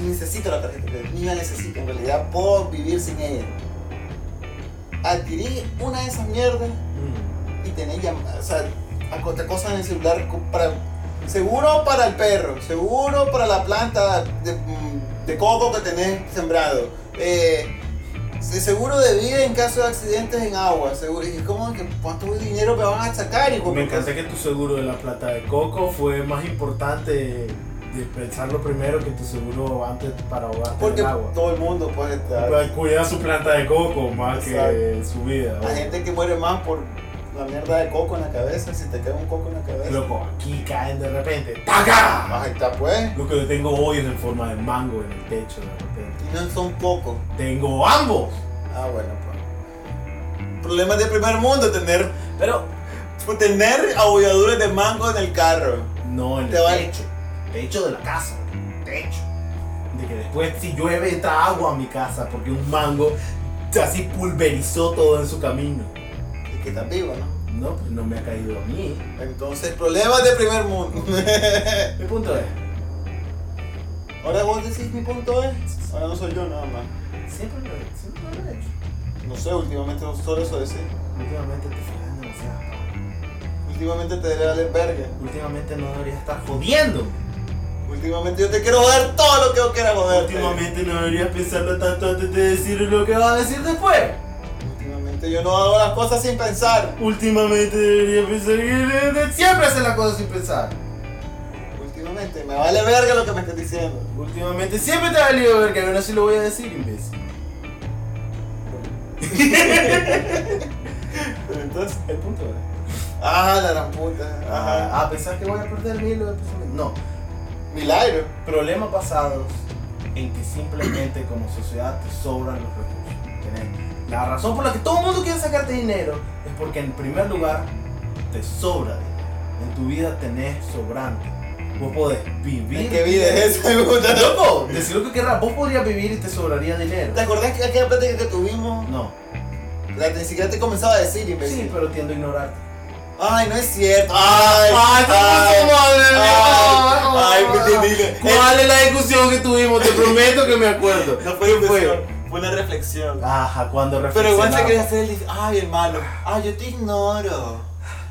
Speaker 2: ni necesito la tarjeta, de crédito, ni la necesito. En realidad puedo vivir sin ella. Adquirí una de esas mierdas y tenés llamadas, o sea, aco- te acosan en el celular co- para, seguro para el perro, seguro para la planta de, mm, de coco que tenés sembrado. Eh, se- seguro de vida en caso de accidentes en agua. Seguro. Y es como que cuánto dinero me van a sacar, hijo.
Speaker 1: Me encanta que tu seguro de la plata de coco fue más importante de pensarlo primero que tu seguro antes para ahogarte en
Speaker 2: Porque
Speaker 1: el agua.
Speaker 2: todo el mundo puede estar.
Speaker 1: Cuida su planta de coco más que
Speaker 2: Exacto.
Speaker 1: su vida.
Speaker 2: Hay gente que muere más por la mierda de coco en la cabeza. Si te cae un coco en la cabeza.
Speaker 1: Loco, aquí caen de repente. ¡Paca!
Speaker 2: Ahí está, pues.
Speaker 1: Loco, yo tengo hoyos en forma de mango en el techo de repente.
Speaker 2: Y no son pocos.
Speaker 1: Tengo ambos.
Speaker 2: Ah, bueno, pues. Problemas de primer mundo, tener,
Speaker 1: Pero
Speaker 2: tener abolladuras de mango en el carro.
Speaker 1: no en
Speaker 2: Te
Speaker 1: el
Speaker 2: va-
Speaker 1: techo. Techo de la casa. Techo. De que después si llueve entra agua a mi casa porque un mango así pulverizó todo en su camino.
Speaker 2: Y que están vivos, ¿no?
Speaker 1: No, pues no me ha caído a mí.
Speaker 2: Entonces, problemas de primer mundo. *laughs*
Speaker 1: Mi punto es,
Speaker 2: Ahora vos decís mi punto es. Ahora no soy yo nada más.
Speaker 1: siempre lo, siempre lo he hecho.
Speaker 2: No sé, últimamente solo eso decís.
Speaker 1: Últimamente te fijan demasiado.
Speaker 2: Últimamente te debe valer verga.
Speaker 1: Últimamente no deberías estar jodiendo.
Speaker 2: Últimamente yo te quiero joder todo lo que yo quiera joder.
Speaker 1: Últimamente no deberías pensarlo tanto antes de decir lo que vas a decir después.
Speaker 2: Últimamente yo no hago las cosas sin pensar.
Speaker 1: Últimamente deberías pensar que de- de- siempre hacer las cosas sin pensar.
Speaker 2: Últimamente me vale verga lo que me estás diciendo.
Speaker 1: Últimamente siempre te ha valido ver que aún así lo voy a decir, imbécil.
Speaker 2: Pero entonces.
Speaker 1: El punto es.
Speaker 2: Ah, la gran puta. Ajá.
Speaker 1: Ah, a pesar que voy a perder mi hilo de pensamiento. No.
Speaker 2: Milagro.
Speaker 1: problemas basados en que simplemente como sociedad te sobran los recursos. Tenés- La razón por la que todo el mundo quiere sacarte dinero es porque en primer lugar te sobra dinero. En tu vida tenés sobrante. Vos podés vivir.
Speaker 2: ¿En qué vida es *laughs* esa? me gusta?
Speaker 1: Loco, decir lo que querrás, vos podrías vivir y te sobraría dinero.
Speaker 2: ¿Te acordás que aquella plática que tuvimos?
Speaker 1: No.
Speaker 2: La ni siquiera te comenzaba a decir,
Speaker 1: Sí,
Speaker 2: imbécil.
Speaker 1: pero tiendo a ignorarte.
Speaker 2: Ay, no es cierto. Ay, ay, ay, ay, dile.
Speaker 1: ¿Cuál es la discusión que tuvimos? Te prometo que me acuerdo.
Speaker 2: No fue discusión, fue una reflexión.
Speaker 1: Ajá, cuando
Speaker 2: Pero igual se
Speaker 1: reflexionaba.
Speaker 2: quiere hacer el dif- Ay, hermano. Ay, yo te ignoro.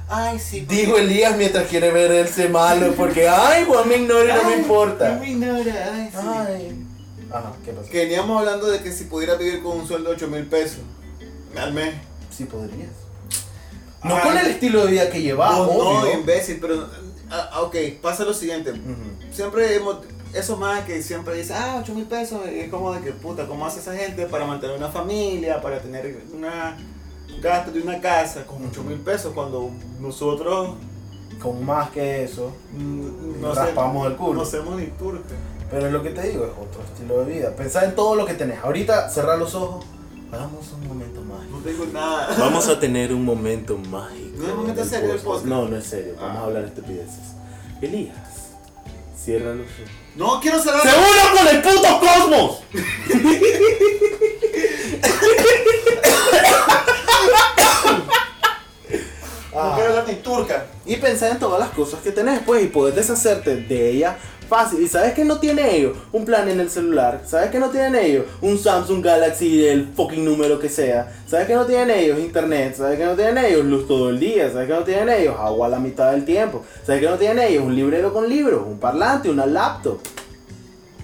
Speaker 2: Ay, sí. porque-
Speaker 1: Dijo Elías mientras quiere ver el se malo porque ay Juan me ignora y no me
Speaker 2: Ay,
Speaker 1: importa.
Speaker 2: No me ignora. Ay, sí.
Speaker 1: Ay. Ajá, ¿qué pasó?
Speaker 2: Que veníamos hablando de que si pudieras vivir con un sueldo de 8 mil pesos al mes.
Speaker 1: Sí podrías. No
Speaker 2: Ay.
Speaker 1: con el estilo de vida que llevaba,
Speaker 2: no, Oh, no,
Speaker 1: Ah, obvio.
Speaker 2: imbécil, pero. ah, ah, ok, pasa lo siguiente.
Speaker 1: Ujú.
Speaker 2: siempre hemos, esos más que siempre dicen, ah, 8 mil pesos, y es como de que puta, ¿cómo hace esa gente para mantener una familia, para tener una gasto de una casa con 8 mil pesos cuando nosotros
Speaker 1: Con más que eso,
Speaker 2: mm,
Speaker 1: nos
Speaker 2: sé-
Speaker 1: raspamos el culo.
Speaker 2: no hacemos ni turca?
Speaker 1: Pero es lo que te digo, es otro estilo de vida. Pensá en todo lo que tenés. Ahorita cerrar los ojos. Hagamos un momento más.
Speaker 2: No tengo nada.
Speaker 4: Vamos a tener un momento mágico.
Speaker 2: No es momento
Speaker 4: en el
Speaker 2: serio el podcast.
Speaker 4: No, no es serio. Vamos
Speaker 2: Ah.
Speaker 4: a hablar estupideces. Elías, cierra los ojos.
Speaker 2: No quiero cerrar.
Speaker 4: ¡Se uno con el puto cosmos!
Speaker 2: No quiero hablar ni turca.
Speaker 1: Ah,
Speaker 4: Y pensar en todas las cosas que tenés, pues, y poder deshacerte de ellas fácil. Y sabes que no tiene ellos un plan en el celular. Sabes que no tienen ellos un Samsung Galaxy del fucking número que sea. Sabes que no tienen ellos internet. Sabes que no tienen ellos luz todo el día. Sabes que no tienen ellos agua a la mitad del tiempo. Sabes que no tienen ellos un librero con libros, un parlante, una laptop.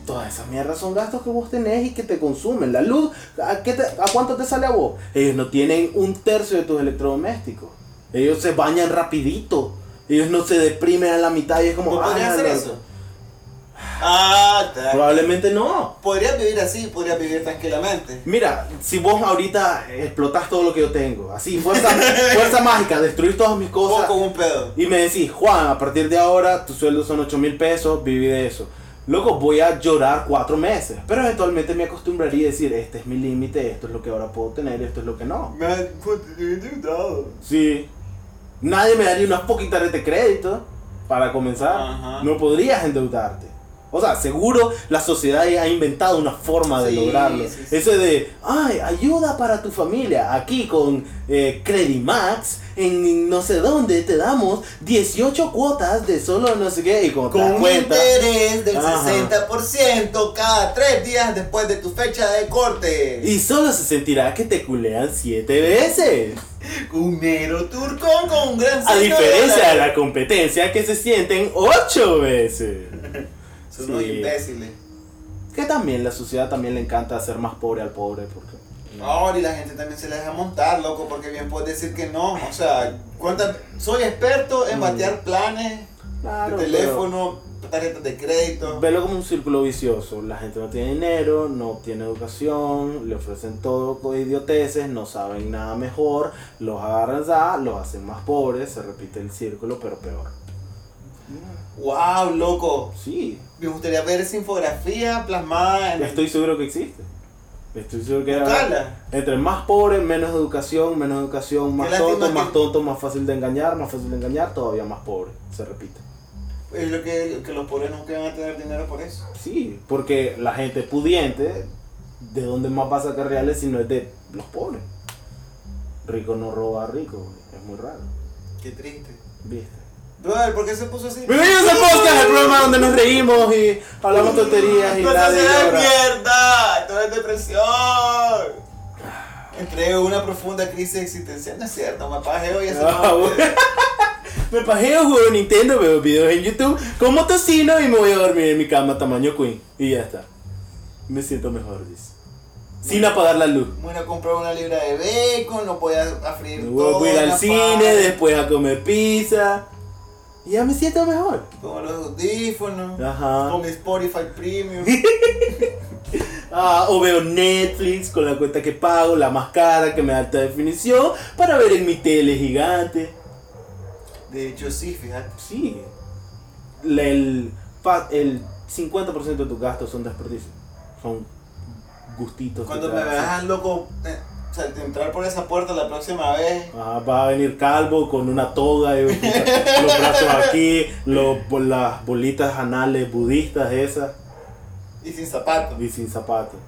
Speaker 4: Todas esas mierdas son gastos que vos tenés y que te consumen. La luz, ¿a, qué te- a cuánto te sale a vos? Ellos no tienen un tercio de tus electrodomésticos. Ellos se bañan rapidito. Ellos no se deprimen a la mitad y es como...
Speaker 2: ¿No podrías
Speaker 4: "Ah,
Speaker 2: hacer
Speaker 4: la-
Speaker 2: eso? Ah, ta-
Speaker 4: Probablemente no.
Speaker 2: Podrías vivir así, podrías vivir tranquilamente.
Speaker 4: Mira, si vos ahorita explotas todo lo que yo tengo, así,
Speaker 2: *laughs*
Speaker 4: fuerza, fuerza mágica, destruir todas mis
Speaker 2: O
Speaker 4: cosas
Speaker 2: con un pedo.
Speaker 4: y me decís, Juan, a partir de ahora tu sueldo son 8 mil pesos, viví de eso. Loco, voy a llorar cuatro meses, pero eventualmente me acostumbraría a decir, este es mi límite, esto es lo que ahora puedo tener, esto es lo que no.
Speaker 2: Me intentado.
Speaker 4: Sí. Nadie me daría unas poquitas de crédito para comenzar.
Speaker 2: Ajá.
Speaker 4: No podrías endeudarte. O sea, seguro la sociedad ha inventado una forma de
Speaker 2: Sí,
Speaker 4: lograrlo.
Speaker 2: sí, sí.
Speaker 4: Eso de, ay, ayuda para tu familia. Aquí con eh, Credimax, en no sé dónde, te damos 18 cuotas de solo no sé qué. Y como te
Speaker 2: Con
Speaker 4: das
Speaker 2: un
Speaker 4: cuenta,
Speaker 2: interés del
Speaker 4: Ajá.
Speaker 2: 60% cada tres días después de tu fecha de corte.
Speaker 4: y solo se sentirá que te culean 7 veces.
Speaker 2: un negro turco con un gran
Speaker 4: A
Speaker 2: signo
Speaker 4: diferencia de
Speaker 2: dólar.
Speaker 4: la competencia que se sienten 8 veces.
Speaker 2: Son unos
Speaker 4: Sí.
Speaker 2: imbéciles.
Speaker 4: Que también la sociedad también le encanta hacer más pobre al pobre porque
Speaker 2: Ahora y la gente también se la deja montar, loco, porque bien puedes decir que no. O sea, ¿cuántas- soy experto
Speaker 4: Mm.
Speaker 2: en batear planes
Speaker 1: Claro,
Speaker 2: de teléfono, tarjetas de crédito.
Speaker 1: pero Velo como un círculo vicioso. La gente no tiene dinero, no obtiene educación, le ofrecen todo con idioteces, no saben nada mejor, los agarran ya, los hacen más pobres, se repite el círculo, pero peor.
Speaker 2: ¡Wow, loco!
Speaker 1: Sí,
Speaker 2: Me gustaría ver esa infografía plasmada en
Speaker 1: estoy seguro que existe. Estoy seguro que
Speaker 2: Buscarla.
Speaker 1: entre más pobre, menos educación, menos educación, más
Speaker 2: lástima
Speaker 1: tonto,
Speaker 2: que-
Speaker 1: más tonto, más fácil de engañar, más fácil de engañar, todavía más pobre. Se repite.
Speaker 2: Es lo que, que los pobres nunca van a tener dinero por eso.
Speaker 1: Sí, porque la gente pudiente, ¿de dónde más va a sacar reales si no es de los pobres? Rico no roba a rico, güey. es muy raro.
Speaker 2: Qué triste.
Speaker 1: ¿Viste?
Speaker 2: Brother, ¿por qué se puso así?
Speaker 1: Bienvenidos a Podcast, el programa donde nos reímos y hablamos tonterías y
Speaker 2: ¡No
Speaker 1: nadie
Speaker 2: de
Speaker 1: llora.
Speaker 2: mierda! ¡Esto es depresión! Entre una profunda crisis existencial, no es cierto, me pagué hoy hace
Speaker 1: Ah,
Speaker 2: como-
Speaker 1: güey. *laughs* Me pajeo, juego Nintendo, veo videos en YouTube, como tocino y me voy a dormir en mi cama tamaño queen. Y ya está. Me siento mejor, dice. Sin apagar la luz.
Speaker 2: Bueno, compré una libra de bacon, no podía a freír todo.
Speaker 1: Luego voy a ir
Speaker 2: la
Speaker 1: al cine,
Speaker 2: paja,
Speaker 1: después a comer pizza. Y ya me siento mejor.
Speaker 2: Pongo los audífonos. Con
Speaker 1: Ajá.
Speaker 2: mi Spotify
Speaker 1: *laughs*
Speaker 2: Premium.
Speaker 1: Ah, o veo Netflix con la cuenta que pago, la más cara que me da alta definición, para ver en mi tele gigante.
Speaker 2: De hecho, sí, fíjate.
Speaker 1: Sí. La- El, pa- el 50% de tus gastos son desperdicios. Son gustitos. que
Speaker 2: Cuando
Speaker 1: te
Speaker 2: me
Speaker 1: das.
Speaker 2: veas loco, eh, o sea, de entrar por esa puerta la próxima vez.
Speaker 1: Ah, va a venir calvo con una toga, y los brazos aquí, los, las bolitas anales budistas esas,
Speaker 2: Y sin zapatos.
Speaker 1: y sin zapatos.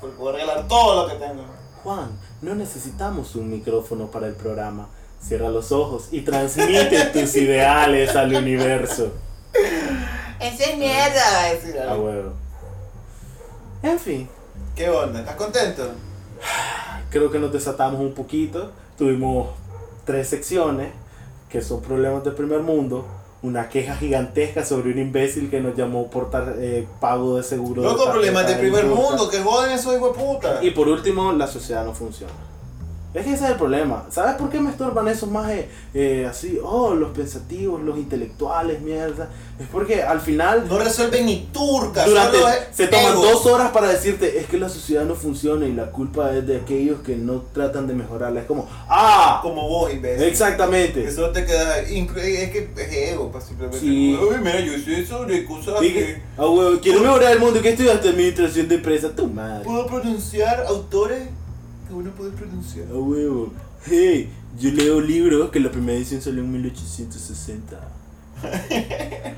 Speaker 2: Porque voy a regalar todo lo que tengo.
Speaker 1: Juan, no necesitamos un micrófono para el programa. Cierra los ojos y
Speaker 2: *laughs*
Speaker 1: transmite tus ideales al universo.
Speaker 2: Eso es mierda, va a decir.
Speaker 1: A huevo. En fin,
Speaker 2: ¿Qué onda? ¿Estás contento?
Speaker 1: creo que nos desatamos un poquito. Tuvimos tres secciones que son problemas del primer mundo. Una queja gigantesca sobre un imbécil que nos llamó por tar- eh, pago de seguro. de
Speaker 2: Loco,
Speaker 1: tarjeta
Speaker 2: problemas de
Speaker 1: de
Speaker 2: primer
Speaker 1: ruta.
Speaker 2: mundo, que joden esos hijos de puta.
Speaker 1: Y por último, la sociedad no funciona. Es que ese es el problema. ¿Sabes por qué me estorban esos más eh, así? Oh, los pensativos, los intelectuales, mierda. Es porque al final,
Speaker 2: No resuelven ni turcas.
Speaker 1: *laughs* durante,
Speaker 2: solo es
Speaker 1: se toman
Speaker 2: ego.
Speaker 1: dos horas para decirte, es que la sociedad no funciona y la culpa es de aquellos que no tratan de mejorarla. Es como, ¡ah!
Speaker 2: Como vos, imbécil.
Speaker 1: Exactamente.
Speaker 2: Que solo te queda. inclu- Es que es ego, pues, simplemente.
Speaker 1: Sí.
Speaker 2: Uy, mira, yo soy sobre cosas
Speaker 1: Y que- ah, huevo, quiero mejorar el mundo. ¿Qué estudiaste? Administración de empresas. Tu madre.
Speaker 2: Puedo pronunciar autores que uno puede pronunciar.
Speaker 1: A huevo. Hey, yo leo libros que la primera edición salió en *laughs* 1860.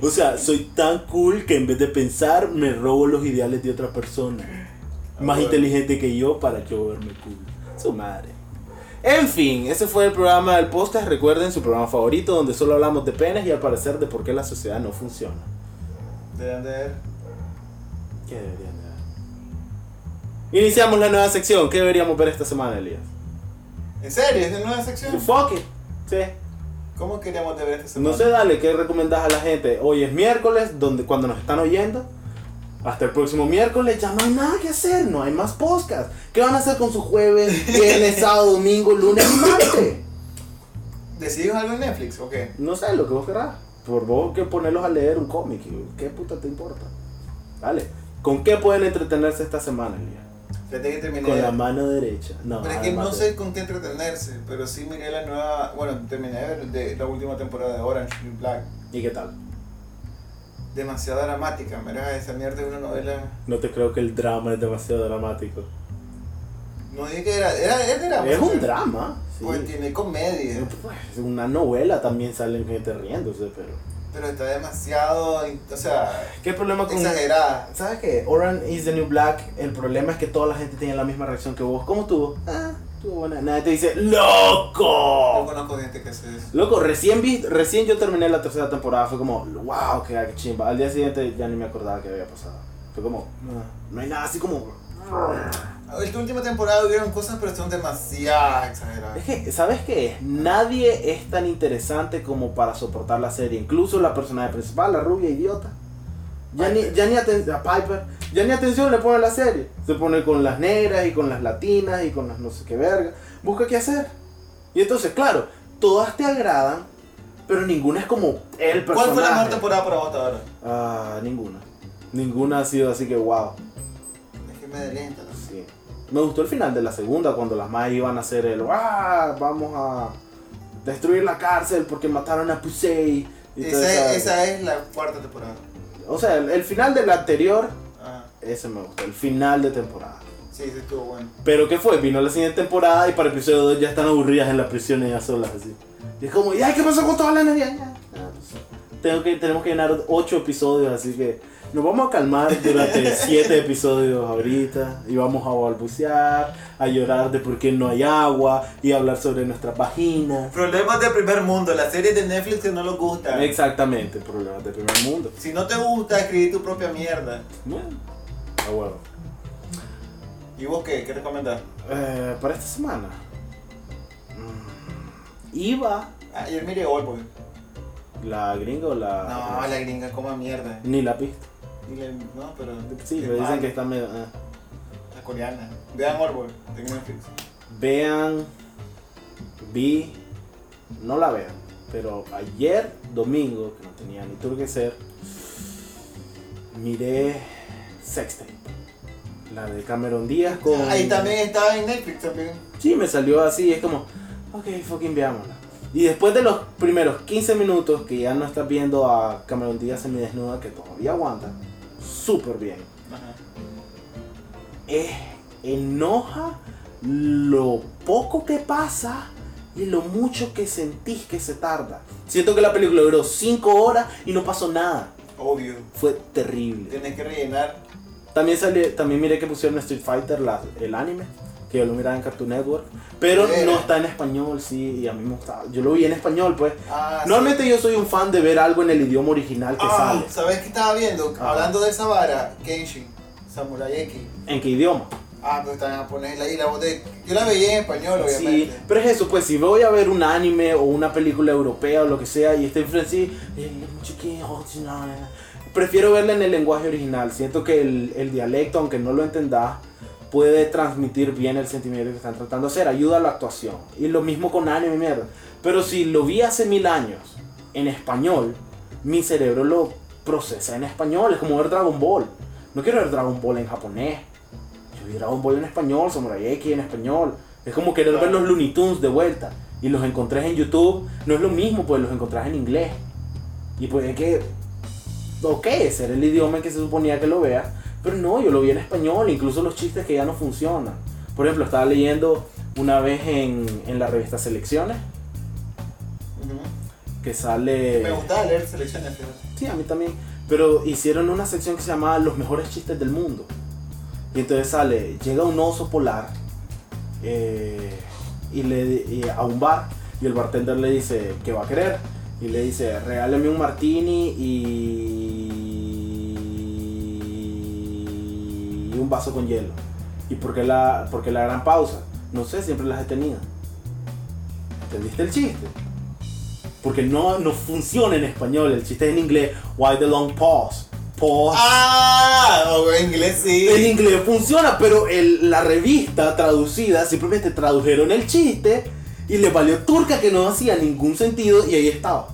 Speaker 1: O sea, soy tan cool que en vez de pensar me robo los ideales de otra persona. Más
Speaker 2: Ah, bueno.
Speaker 1: inteligente que yo para yo verme cool. Su madre. En fin, ese fue el programa del podcast. Recuerden su programa favorito donde solo hablamos de penes y al parecer de por qué la sociedad no funciona.
Speaker 2: Deben de ver.
Speaker 1: ¿Qué deberían de ver? Iniciamos la nueva sección. ¿Qué deberíamos ver esta semana, Elías?
Speaker 2: ¿En serio? ¿Es de nueva sección?
Speaker 1: Fuck it. Sí.
Speaker 2: ¿Cómo queríamos de ver esta semana?
Speaker 1: No sé, dale, ¿qué recomendás a la gente? Hoy es miércoles, donde cuando nos están oyendo. Hasta el próximo miércoles ya no hay nada que hacer, no hay más podcast. ¿Qué van a hacer con su
Speaker 2: *laughs*
Speaker 1: jueves, viernes, sábado, domingo, lunes y martes?
Speaker 2: ¿Decidimos algo en Netflix o qué?
Speaker 1: No sé, lo que vos querrás. Por vos que ponerlos a leer un cómic, ¿qué puta te importa? Dale, ¿con qué pueden entretenerse esta semana, Elías?
Speaker 2: Fíjate que terminé.
Speaker 1: Con la mano derecha. No,
Speaker 2: Pero es que
Speaker 1: además
Speaker 2: no
Speaker 1: de-
Speaker 2: sé con qué entretenerse, pero sí miré la nueva. Bueno, terminé de ver de la última temporada de Orange is the New Black.
Speaker 1: ¿Y qué tal?
Speaker 2: Demasiado dramática, mira, esa mierda es una novela.
Speaker 1: No te creo que el drama es demasiado dramático.
Speaker 2: No dije que era. Era, era drama.
Speaker 1: Es un
Speaker 2: ¿sabes?
Speaker 1: drama. sí.
Speaker 2: Pues tiene comedia,
Speaker 1: Pues, una novela también salen gente riéndose, pero.
Speaker 2: pero está demasiado. O sea,
Speaker 1: ¿Qué problema con.?
Speaker 2: exagerada.
Speaker 1: ¿Sabes qué? Orange is the New Black. El problema es que toda la gente tiene la misma reacción que vos. ¿Cómo estuvo? Ah, estuvo buena. Nadie te dice,
Speaker 2: No
Speaker 1: ¡Loco!
Speaker 2: conozco gente que hace eso.
Speaker 1: Loco, recién vi, recién yo terminé la tercera temporada. Fue como, wow, qué qué chimba. Al día siguiente ya ni me acordaba que había pasado. Fue como, ah, no hay nada así como.
Speaker 2: Esta última temporada hubieron cosas, pero son demasiado exageradas.
Speaker 1: Es que, ¿sabes qué? Nadie es tan interesante como para soportar la serie. Incluso la personaje principal, la rubia idiota. Ya ni, ya ni aten- a Piper, ya ni atención le pone a la serie. Se pone con las negras y con las latinas y con las no sé qué verga. Busca qué hacer. Y entonces, claro, todas te agradan, pero ninguna es como el personaje.
Speaker 2: ¿Cuál fue la mejor temporada para vos hasta ahora?
Speaker 1: Ah, ninguna. Ninguna ha sido así que wow.
Speaker 2: Es que me delienta, ¿no?
Speaker 1: Sí. Me gustó el final de la segunda cuando las más iban a hacer el "Ah, vamos a destruir la cárcel porque mataron a Pusey. y toda
Speaker 2: Esa, esa es la cuarta temporada.
Speaker 1: O sea, el, el final del anterior,
Speaker 2: Ajá.
Speaker 1: ese me gustó, el final de temporada.
Speaker 2: Sí, ese estuvo bueno.
Speaker 1: Pero ¿qué fue? Vino la siguiente temporada y para el episodio 2 ya están aburridas en las prisiones ya solas así. Y es como, ya, ¿qué pasó con toda la energía? Ya, ya, pues, tengo que, tenemos que llenar 8 episodios, así que nos vamos a calmar durante 7 episodios ahorita y vamos a balbucear, a llorar de por qué no hay agua y a hablar sobre nuestras vaginas.
Speaker 2: Problemas de primer mundo, las series de Netflix que no les gusta.
Speaker 1: Exactamente, problemas de primer mundo.
Speaker 2: Si no te gusta, escribí tu propia mierda.
Speaker 1: Bueno, a huevo.
Speaker 2: ¿Y vos qué? ¿Qué recomendás?
Speaker 1: Eh, para esta semana. mm, Iba
Speaker 2: Ayer miré Oldboy.
Speaker 1: la gringa o la.
Speaker 2: pues. No, la gringa coma mierda.
Speaker 1: Ni la pista.
Speaker 2: Y le- no, pero.
Speaker 1: Sí,
Speaker 2: qué
Speaker 1: pero dicen
Speaker 2: mal.
Speaker 1: que está medio. eh.
Speaker 2: La coreana. Vean Oldboy en Netflix.
Speaker 1: Vean. Vi. No la vean. Pero ayer, domingo, que no tenía ni tour que hacer, miré Sextape. La de Cameron Díaz con.
Speaker 2: Ahí Ah, también estaba en Netflix también.
Speaker 1: Sí, me salió así, es como, ok, fucking veámosla. Y después de los primeros 15 minutos que ya no estás viendo a Cameron Díaz semidesnuda, que todavía aguanta, súper bien.
Speaker 2: Ajá.
Speaker 1: Es eh, enoja lo poco que pasa y lo mucho que sentís que se tarda. Siento que la película duró 5 horas y no pasó nada.
Speaker 2: Obvio.
Speaker 1: Fue terrible.
Speaker 2: Tienes que rellenar.
Speaker 1: También salió, también miré que pusieron Street Fighter la- el anime, que yo lo miraba en Cartoon Network, pero
Speaker 2: Era.
Speaker 1: no está en español, sí, y a mí me gustaba. Yo lo vi en español, pues.
Speaker 2: Ah, sí.
Speaker 1: Normalmente yo soy un fan de ver algo en el idioma original que
Speaker 2: Ah,
Speaker 1: sale.
Speaker 2: ¿Sabes qué estaba viendo?
Speaker 1: Ah.
Speaker 2: Hablando de esa vara, Kenshin, Samurai X.
Speaker 1: ¿En qué idioma?
Speaker 2: Ah, pero está en japonés. La, y la voz de. Yo la veía en español,
Speaker 1: Sí,
Speaker 2: obviamente.
Speaker 1: pero es eso, pues si voy a ver un anime o una película europea o lo que sea y está en francés, eh, chiqui, oh, si no, eh, prefiero verla en el lenguaje original. Siento que el, el dialecto, aunque no lo entendás, puede transmitir bien el sentimiento que están tratando de hacer, ayuda a la actuación. Y lo mismo con anime, mierda. Pero si lo vi hace mil años en español, mi cerebro lo procesa en español, es como ver Dragon Ball. No quiero ver Dragon Ball en japonés. Yo vi Dragon Ball en español, Samurai X en español. Es como querer ver los Looney Tunes de vuelta. Y los encontrás en YouTube. No es lo mismo, pues los encontrás en inglés. Y pues es que. Ok, ese era el idioma en que se suponía que lo veas. Pero no, yo lo vi en español. Incluso los chistes que ya no funcionan. Por ejemplo, estaba leyendo una vez en, en la revista Selecciones.
Speaker 2: Ujú.
Speaker 1: Que sale.
Speaker 2: Me gustaba leer selecciones, pero.
Speaker 1: Sí, a mí también. Pero hicieron una sección que se llamaba Los mejores chistes del mundo. Y entonces sale, llega un oso polar eh, y le, y a un bar y el bartender le dice, ¿qué va a querer? Y le dice, regáleme un martini y... y un vaso con hielo. ¿Y por qué, la, por qué la gran pausa? No sé, siempre las he tenido. ¿Entendiste el chiste? Porque no, no funciona en español, el chiste es en inglés. Why the long pause? Pause.
Speaker 2: ¡Ah! o en inglés
Speaker 1: En
Speaker 2: sí.
Speaker 1: inglés funciona, pero el- la revista traducida simplemente tradujeron el chiste y le valió turca que no hacía ningún sentido y ahí estaba.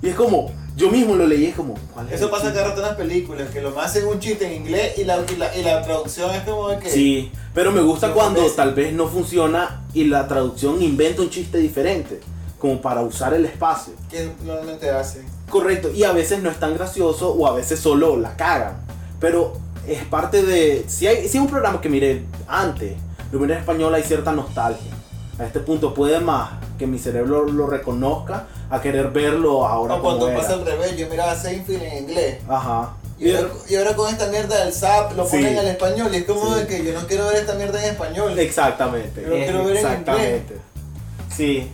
Speaker 1: Y es como, yo mismo lo leí, es como, ¿cuál es
Speaker 2: Eso
Speaker 1: el
Speaker 2: pasa
Speaker 1: chiste?
Speaker 2: cada rato en las películas, que lo más hacen un chiste en inglés y la, y la, y la traducción es como de que.
Speaker 1: Sí, pero me gusta
Speaker 2: Yo
Speaker 1: cuando
Speaker 2: también.
Speaker 1: tal vez no funciona y la traducción inventa un chiste diferente, como para usar el espacio.
Speaker 2: Que normalmente hacen.
Speaker 1: Correcto, y a veces no es tan gracioso o a veces solo la cagan. Pero es parte de. Si hay, si hay un programa que miré antes, lo miré en español, hay cierta nostalgia. A este punto puede más que mi cerebro lo reconozca a querer verlo ahora
Speaker 2: O
Speaker 1: como
Speaker 2: cuando
Speaker 1: era.
Speaker 2: pasa al revés, yo miraba Seinfeld en inglés.
Speaker 1: Ajá.
Speaker 2: Y ahora, y ahora con esta mierda del SAP lo
Speaker 1: Sí.
Speaker 2: ponen al español y es como
Speaker 1: Sí.
Speaker 2: de que yo no quiero ver esta mierda en español.
Speaker 1: Exactamente.
Speaker 2: Pero quiero ver en
Speaker 1: Exactamente. Sí.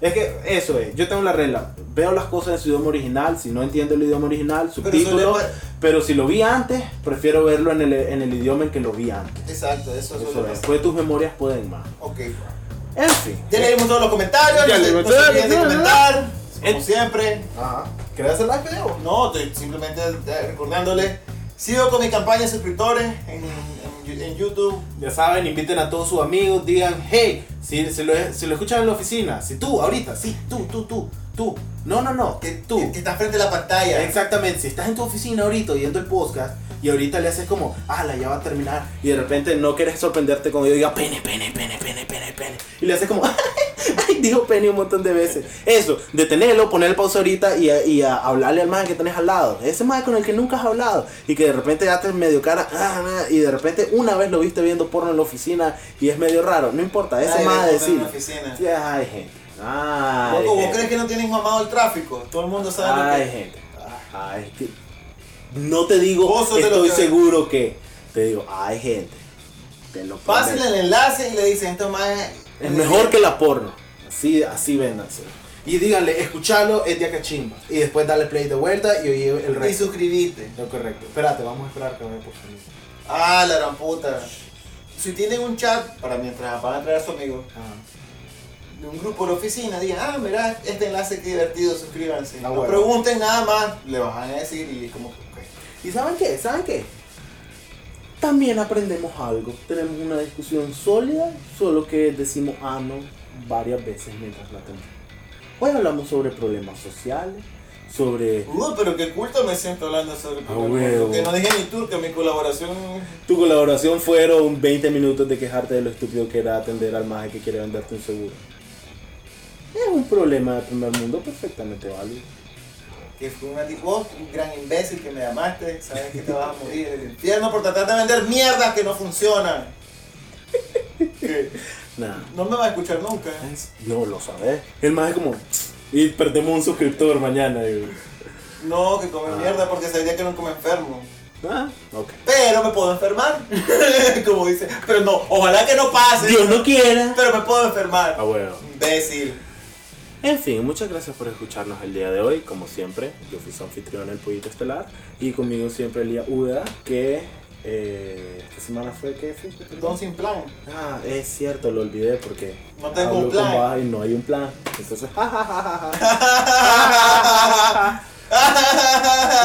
Speaker 1: Es que eso es. Yo tengo la regla. Veo las cosas en su idioma original. Si no entiendo el idioma original, subtítulo.
Speaker 2: suele pa-
Speaker 1: Pero si lo vi antes, prefiero verlo en el, en el idioma en que lo vi antes.
Speaker 2: Exacto, eso, es
Speaker 1: Eso
Speaker 2: lo que
Speaker 1: es.
Speaker 2: pasa.
Speaker 1: Pues tus memorias pueden más.
Speaker 2: Ok.
Speaker 1: En fin.
Speaker 2: Ya leímos todos los comentarios,
Speaker 1: Ya
Speaker 2: no se- no
Speaker 1: leímos
Speaker 2: se
Speaker 1: todos,
Speaker 2: olviden de
Speaker 1: ya, ya, ya.
Speaker 2: comentar, como
Speaker 1: Eh.
Speaker 2: siempre.
Speaker 1: Ajá.
Speaker 2: ¿Querés hacer live video? No, estoy simplemente eh, recordándoles Sigo con mi campaña de suscriptores en, en- en YouTube.
Speaker 1: Ya saben, inviten a todos sus amigos, digan, hey, si, si lo, si lo escuchan en la oficina, si tú, ahorita, sí, tú, tú, tú, tú. No, no, no,
Speaker 2: Que,
Speaker 1: que tú.
Speaker 2: que- que está frente a la pantalla.
Speaker 1: Exactamente, si estás en tu oficina ahorita oyendo el podcast y ahorita le haces como, ala, ya va a terminar y de repente no quieres sorprenderte cuando yo diga pene, pene, pene, pene, pene, pene y le haces como, *laughs* ay, dijo pene un montón de veces. Eso, detenerlo, ponerle pausa ahorita y, a- y a hablarle al man que tenés al lado, ese man con el que nunca has hablado y que de repente ya te medio cara ah, ah, y de repente una vez lo viste viendo porno en la oficina y es medio raro, no importa, ese
Speaker 2: Nadie
Speaker 1: man
Speaker 2: ve porno en
Speaker 1: decir,
Speaker 2: la oficina.
Speaker 1: ay, gente, ay,
Speaker 2: ¿Vos, vos
Speaker 1: gente.
Speaker 2: crees que no tienen mamado el tráfico? Todo el mundo sabe
Speaker 1: Ay,
Speaker 2: lo que...
Speaker 1: gente. Ay, que- No te digo,
Speaker 2: Vos sos de
Speaker 1: estoy
Speaker 2: los que-
Speaker 1: seguro que. Te digo, ay, gente. Te lo prometo.
Speaker 2: Pásenle el enlace y le dicen, esto más...
Speaker 1: Es mejor que la porno. Así, así véndanse.
Speaker 5: Y díganle, escuchalo, es de Acachimba. Y después dale play de vuelta y oye el
Speaker 2: Y
Speaker 5: resto.
Speaker 2: suscribiste.
Speaker 5: Lo correcto. Espérate, vamos a esperar que me posibilidad.
Speaker 2: Ah, la gran puta. Si tienen un chat, para mientras van a traer a su amigo,
Speaker 5: Ah.
Speaker 2: de un grupo de la oficina, digan, ah, mirá, este enlace que divertido, suscríbanse.
Speaker 5: Ah,
Speaker 2: no
Speaker 5: bueno.
Speaker 2: pregunten nada más, le van a decir y es como que, ok.
Speaker 1: ¿Y saben qué? ¿Saben qué? También aprendemos algo. Tenemos una discusión sólida, solo que decimos ah no varias veces mientras la tenemos. Hoy hablamos sobre problemas sociales, sobre
Speaker 2: Uh, pero qué culto me siento hablando sobre el
Speaker 1: Ah, huevo.
Speaker 2: Porque no dije ni tú que mi colaboración
Speaker 1: Tu colaboración fueron 20 minutos de quejarte de lo estúpido que era atender al maje que quiere venderte un seguro. Es un problema de primer mundo perfectamente válido.
Speaker 2: que fue una di- vos, un gran imbécil que me llamaste, sabes que te vas a morir en el infierno por tratar de vender mierdas que no funcionan. Que
Speaker 1: Nada.
Speaker 2: no me va a escuchar nunca.
Speaker 1: No lo sabes. El maje como... Y perdemos un suscriptor mañana. digo.
Speaker 2: No, que come mierda porque sabía que nunca me enfermo.
Speaker 1: Ah, ok.
Speaker 2: Pero me puedo enfermar. *laughs* Como dice. Pero no, ojalá que no pase.
Speaker 1: Dios no quiera.
Speaker 2: Pero me puedo enfermar.
Speaker 1: Ah, bueno.
Speaker 2: Imbécil.
Speaker 1: En fin, muchas gracias por escucharnos el día de hoy. Como siempre, yo fui su anfitrión, el Pollito Estelar. Y conmigo siempre Elía Uda, que... Eh, ¿Qué semana fue? ¿Qué fue?
Speaker 2: Don sin plan. *laughs*
Speaker 1: Ah, es cierto, lo olvidé porque
Speaker 2: No tengo
Speaker 1: hablo
Speaker 2: un plan.
Speaker 1: con Baja y no hay un plan. Entonces, ah,
Speaker 2: *laughs*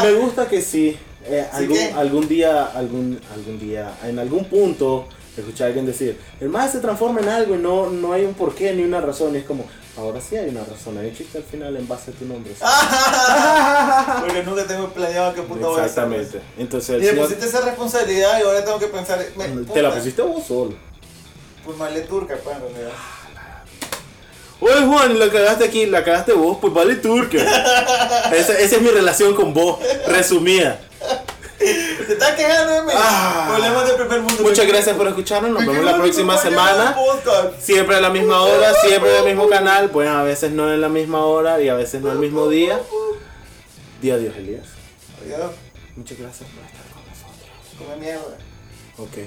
Speaker 1: me gusta que sí. eh,
Speaker 2: ¿Sí
Speaker 1: algún,
Speaker 2: qué?
Speaker 1: algún día, algún, algún día, en algún punto, escuché a alguien decir, el más se transforma en algo y no, no hay un porqué ni una razón. Y es como, ahora sí hay una razón, hay un chiste al final en base a tu nombre.
Speaker 2: Ah. Porque nunca tengo planeado qué puta voy a hacer. pues.
Speaker 1: Exactamente. Entonces,
Speaker 2: Y
Speaker 1: el
Speaker 2: me
Speaker 1: señor-
Speaker 2: pusiste esa responsabilidad y ahora tengo que pensar. me-
Speaker 1: te la
Speaker 2: puta,
Speaker 1: pusiste vos solo.
Speaker 2: Pues mal de turca, pues en realidad.
Speaker 1: Oye Juan, la cagaste aquí, la cagaste vos, pues vale
Speaker 2: *laughs*
Speaker 1: turca. esa, esa es mi relación con vos, resumida.
Speaker 2: ¿Te estás quejando de mí?
Speaker 1: Ah.
Speaker 2: Problemas de primer mundo. pues,
Speaker 1: Muchas gracias por escucharnos, nos
Speaker 2: Me
Speaker 1: vemos
Speaker 2: quedo
Speaker 1: la
Speaker 2: en
Speaker 1: próxima
Speaker 2: tu
Speaker 1: semana.
Speaker 2: podcast.
Speaker 1: Siempre a la misma hora, siempre en el mismo canal, pues a veces no en la misma hora y a veces no el mismo día. Día adiós, Elías.
Speaker 2: Adiós.
Speaker 1: Muchas gracias por estar con nosotros.
Speaker 2: Come mierda.
Speaker 1: Ok.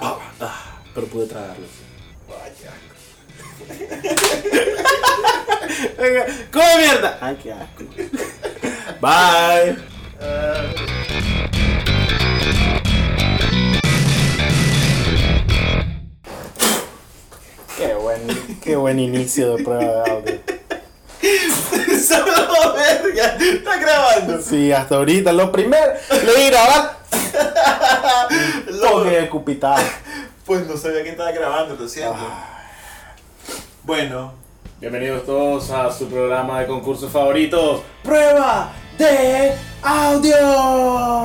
Speaker 1: Ah, ah, pero pude tragarlo.
Speaker 2: Vaya.
Speaker 1: Venga, ¡Come mierda! Ay, qué asco. Bye. Qué buen, qué buen inicio de prueba de audio.
Speaker 2: *laughs* Solo verga. Está grabando.
Speaker 1: Sí, hasta ahorita lo primero le di grabar
Speaker 2: Loco.
Speaker 1: toque de cupitado.
Speaker 2: Pues no sabía que estaba grabando, lo siento.
Speaker 1: Ah.
Speaker 2: Bueno,
Speaker 4: Bienvenidos todos a su programa de concursos favoritos.
Speaker 1: Prueba de audio.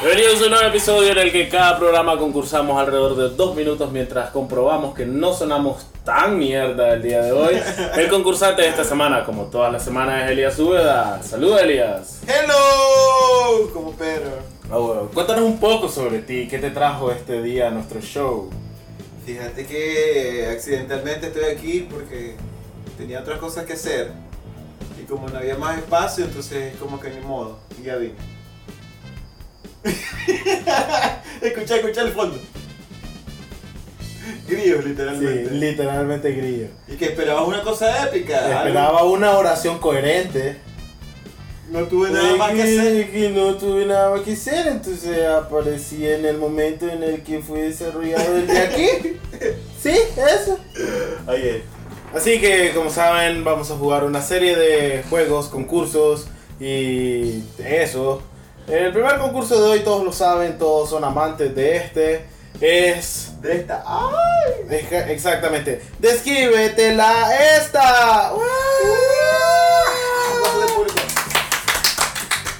Speaker 4: Bienvenidos a un nuevo episodio en el que cada programa concursamos alrededor de dos minutos mientras comprobamos que no sonamos tan mierda el día de hoy. El concursante de esta semana, como todas las semanas, es Elías Úbeda. Saluda, Elías.
Speaker 2: hello, como Pedro.
Speaker 4: Ah, bueno. Cuéntanos un poco sobre ti, qué te trajo este día a nuestro show.
Speaker 2: Fíjate que accidentalmente estoy aquí porque tenía otras cosas que hacer. Y como no había más espacio, entonces como que ni modo. Y ya vine. *laughs* escucha, escucha el fondo. Grillos,
Speaker 5: Sí,
Speaker 2: literalmente.
Speaker 5: literalmente grillo.
Speaker 2: y que esperabas una cosa épica. algo.
Speaker 5: Esperaba una oración coherente.
Speaker 2: No tuve nada más que hacer.
Speaker 5: que no tuve nada más que hacer, entonces aparecí en el momento
Speaker 1: *laughs*
Speaker 5: en el que fui desarrollado desde aquí. sí, eso.
Speaker 2: Oye,
Speaker 1: Así que, como saben, vamos a jugar una serie de juegos, concursos y eso. El primer concurso de hoy, todos lo saben, todos son amantes de este. Es.
Speaker 2: De esta.
Speaker 1: Eja- Exactamente. Descríbetela esta.
Speaker 2: Aplausos del público.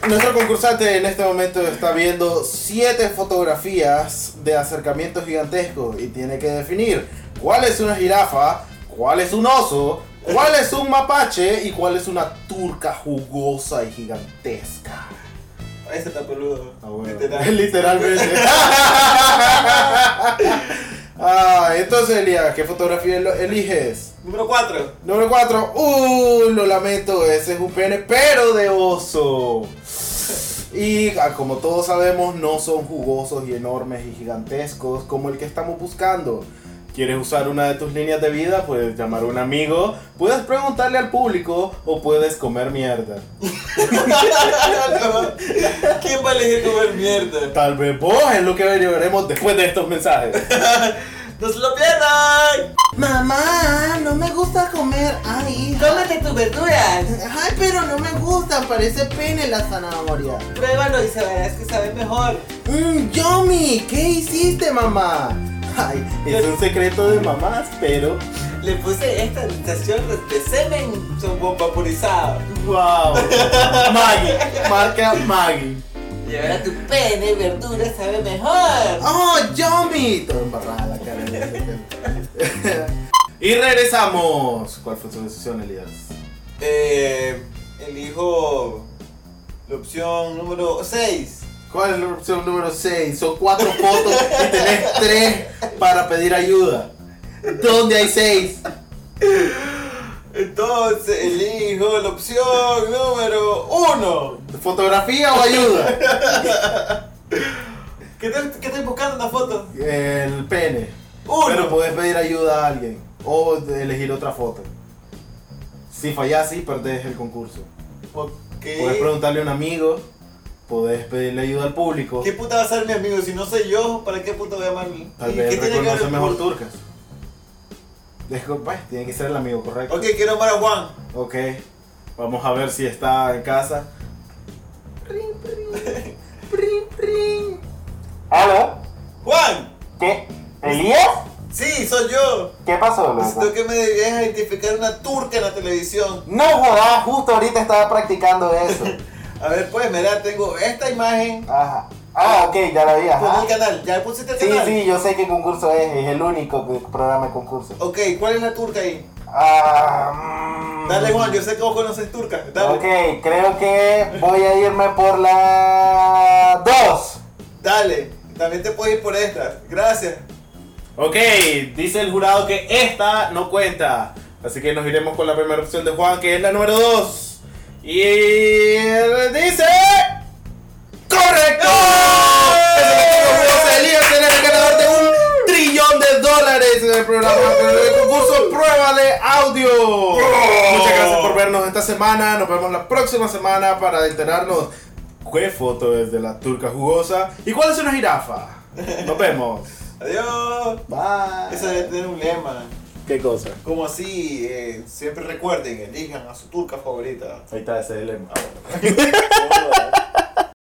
Speaker 1: Nuestro concursante en este momento está viendo siete fotografías de acercamientos gigantescos y tiene que definir cuál es una jirafa, cuál es un oso, cuál es un mapache y cuál es una turca jugosa y gigantesca.
Speaker 2: Este está peludo.
Speaker 1: Ah, bueno.
Speaker 2: Este está-
Speaker 1: *laughs* Literalmente. Ah, entonces, Elías, ¿qué fotografía elo- eliges?
Speaker 2: Número 4.
Speaker 1: Número 4. Uh, lo lamento, ese es un pene, pero de oso. Y ah, como todos sabemos, no son jugosos y enormes y gigantescos como el que estamos buscando. ¿Quieres usar una de tus líneas de vida? Puedes llamar a un amigo, puedes preguntarle al público o puedes comer mierda.
Speaker 2: *laughs* ¿Quién va a elegir comer mierda?
Speaker 1: Tal vez vos es lo que averiguaremos después de estos mensajes.
Speaker 2: ¡No se lo pierdan!
Speaker 1: *laughs* Mamá, no me gusta comer. Ay,
Speaker 6: Cómete tus verduras.
Speaker 1: ay, pero no me gustan, parece pene la zanahoria.
Speaker 6: Pruébalo y sabrás que sabe mejor.
Speaker 1: Mmm, Yomi, ¿qué hiciste, mamá? Ay, es un secreto de mamás, pero.
Speaker 6: Le puse esta sensación de semen son vaporizado.
Speaker 1: ¡Wow! Maggie, marca Maggie.
Speaker 6: Y ahora tu pene y verdura sabe mejor.
Speaker 1: ¡Oh, Yomi! Todo embarrada la cara. *laughs* y regresamos. ¿Cuál fue su decisión, Elías?
Speaker 2: Eh, elijo la opción número 6.
Speaker 1: ¿Cuál es la opción número 6? Son cuatro fotos y tenés tres para pedir ayuda. ¿Dónde hay seis?
Speaker 2: Entonces elijo la opción número 1.
Speaker 1: ¿Fotografía o ayuda?
Speaker 2: ¿Qué, te- ¿Qué estoy buscando en la foto?
Speaker 1: El pene. Pero
Speaker 2: Uno.
Speaker 1: puedes pedir ayuda a alguien o de- elegir otra foto. Si fallas, sí, perdés el concurso. Puedes
Speaker 2: ok.
Speaker 1: preguntarle a un amigo, podés pedirle ayuda al público.
Speaker 2: ¿Qué puta va a ser mi amigo? Si no soy yo, ¿para qué puta voy a llamar a mí?
Speaker 1: Tal
Speaker 2: ¿Y
Speaker 1: vez
Speaker 2: qué tiene que ver
Speaker 1: reconoce
Speaker 2: el
Speaker 1: mejor
Speaker 2: público?
Speaker 1: turcas. Disculpa, tiene que ser el amigo correcto.
Speaker 2: Ok, quiero llamar a Juan.
Speaker 1: Ok, vamos a ver si está en casa. *laughs*
Speaker 7: ¿Aló?
Speaker 2: ¡Juan!
Speaker 7: ¿Qué? ¿Elías?
Speaker 2: Sí, soy yo.
Speaker 7: ¿Qué pasó,
Speaker 2: Necesito que me debías identificar una turca en la televisión.
Speaker 7: No jodas, justo ahorita estaba practicando eso.
Speaker 2: A ver, pues, mira, tengo esta imagen.
Speaker 7: Ajá. Ah, ok, ya la vi.
Speaker 2: Pon
Speaker 7: Ajá.
Speaker 2: el canal. ¿Ya pusiste el
Speaker 7: Sí,
Speaker 2: canal?
Speaker 7: sí, yo sé qué concurso es, es el único que- programa de concurso.
Speaker 2: Ok, ¿cuál es la turca ahí?
Speaker 7: Ah, mm,
Speaker 2: Dale, Juan, yo sé que vos conoces turca. Dale.
Speaker 7: Ok, creo que voy a irme por la 2.
Speaker 2: Dale. También te puedes ir por esta. Gracias.
Speaker 1: Ok, dice el jurado que esta no cuenta. Así que nos iremos con la primera opción de Juan, que es la número 2. Y dice... ¡Correcto! Ese Elías será el ganador de un trillón de dólares en el programa del concurso Prueba de Audio. Muchas gracias por vernos esta semana. Nos vemos la próxima semana para enterarnos qué foto es de la turca jugosa y cuál es una jirafa. Nos vemos.
Speaker 2: Adiós.
Speaker 1: Bye.
Speaker 2: Eso debe tener un lema.
Speaker 7: ¿Qué cosa?
Speaker 2: Como así, eh, siempre recuerden, elijan a su turca favorita.
Speaker 1: Ahí está ese dilema.
Speaker 2: Joda.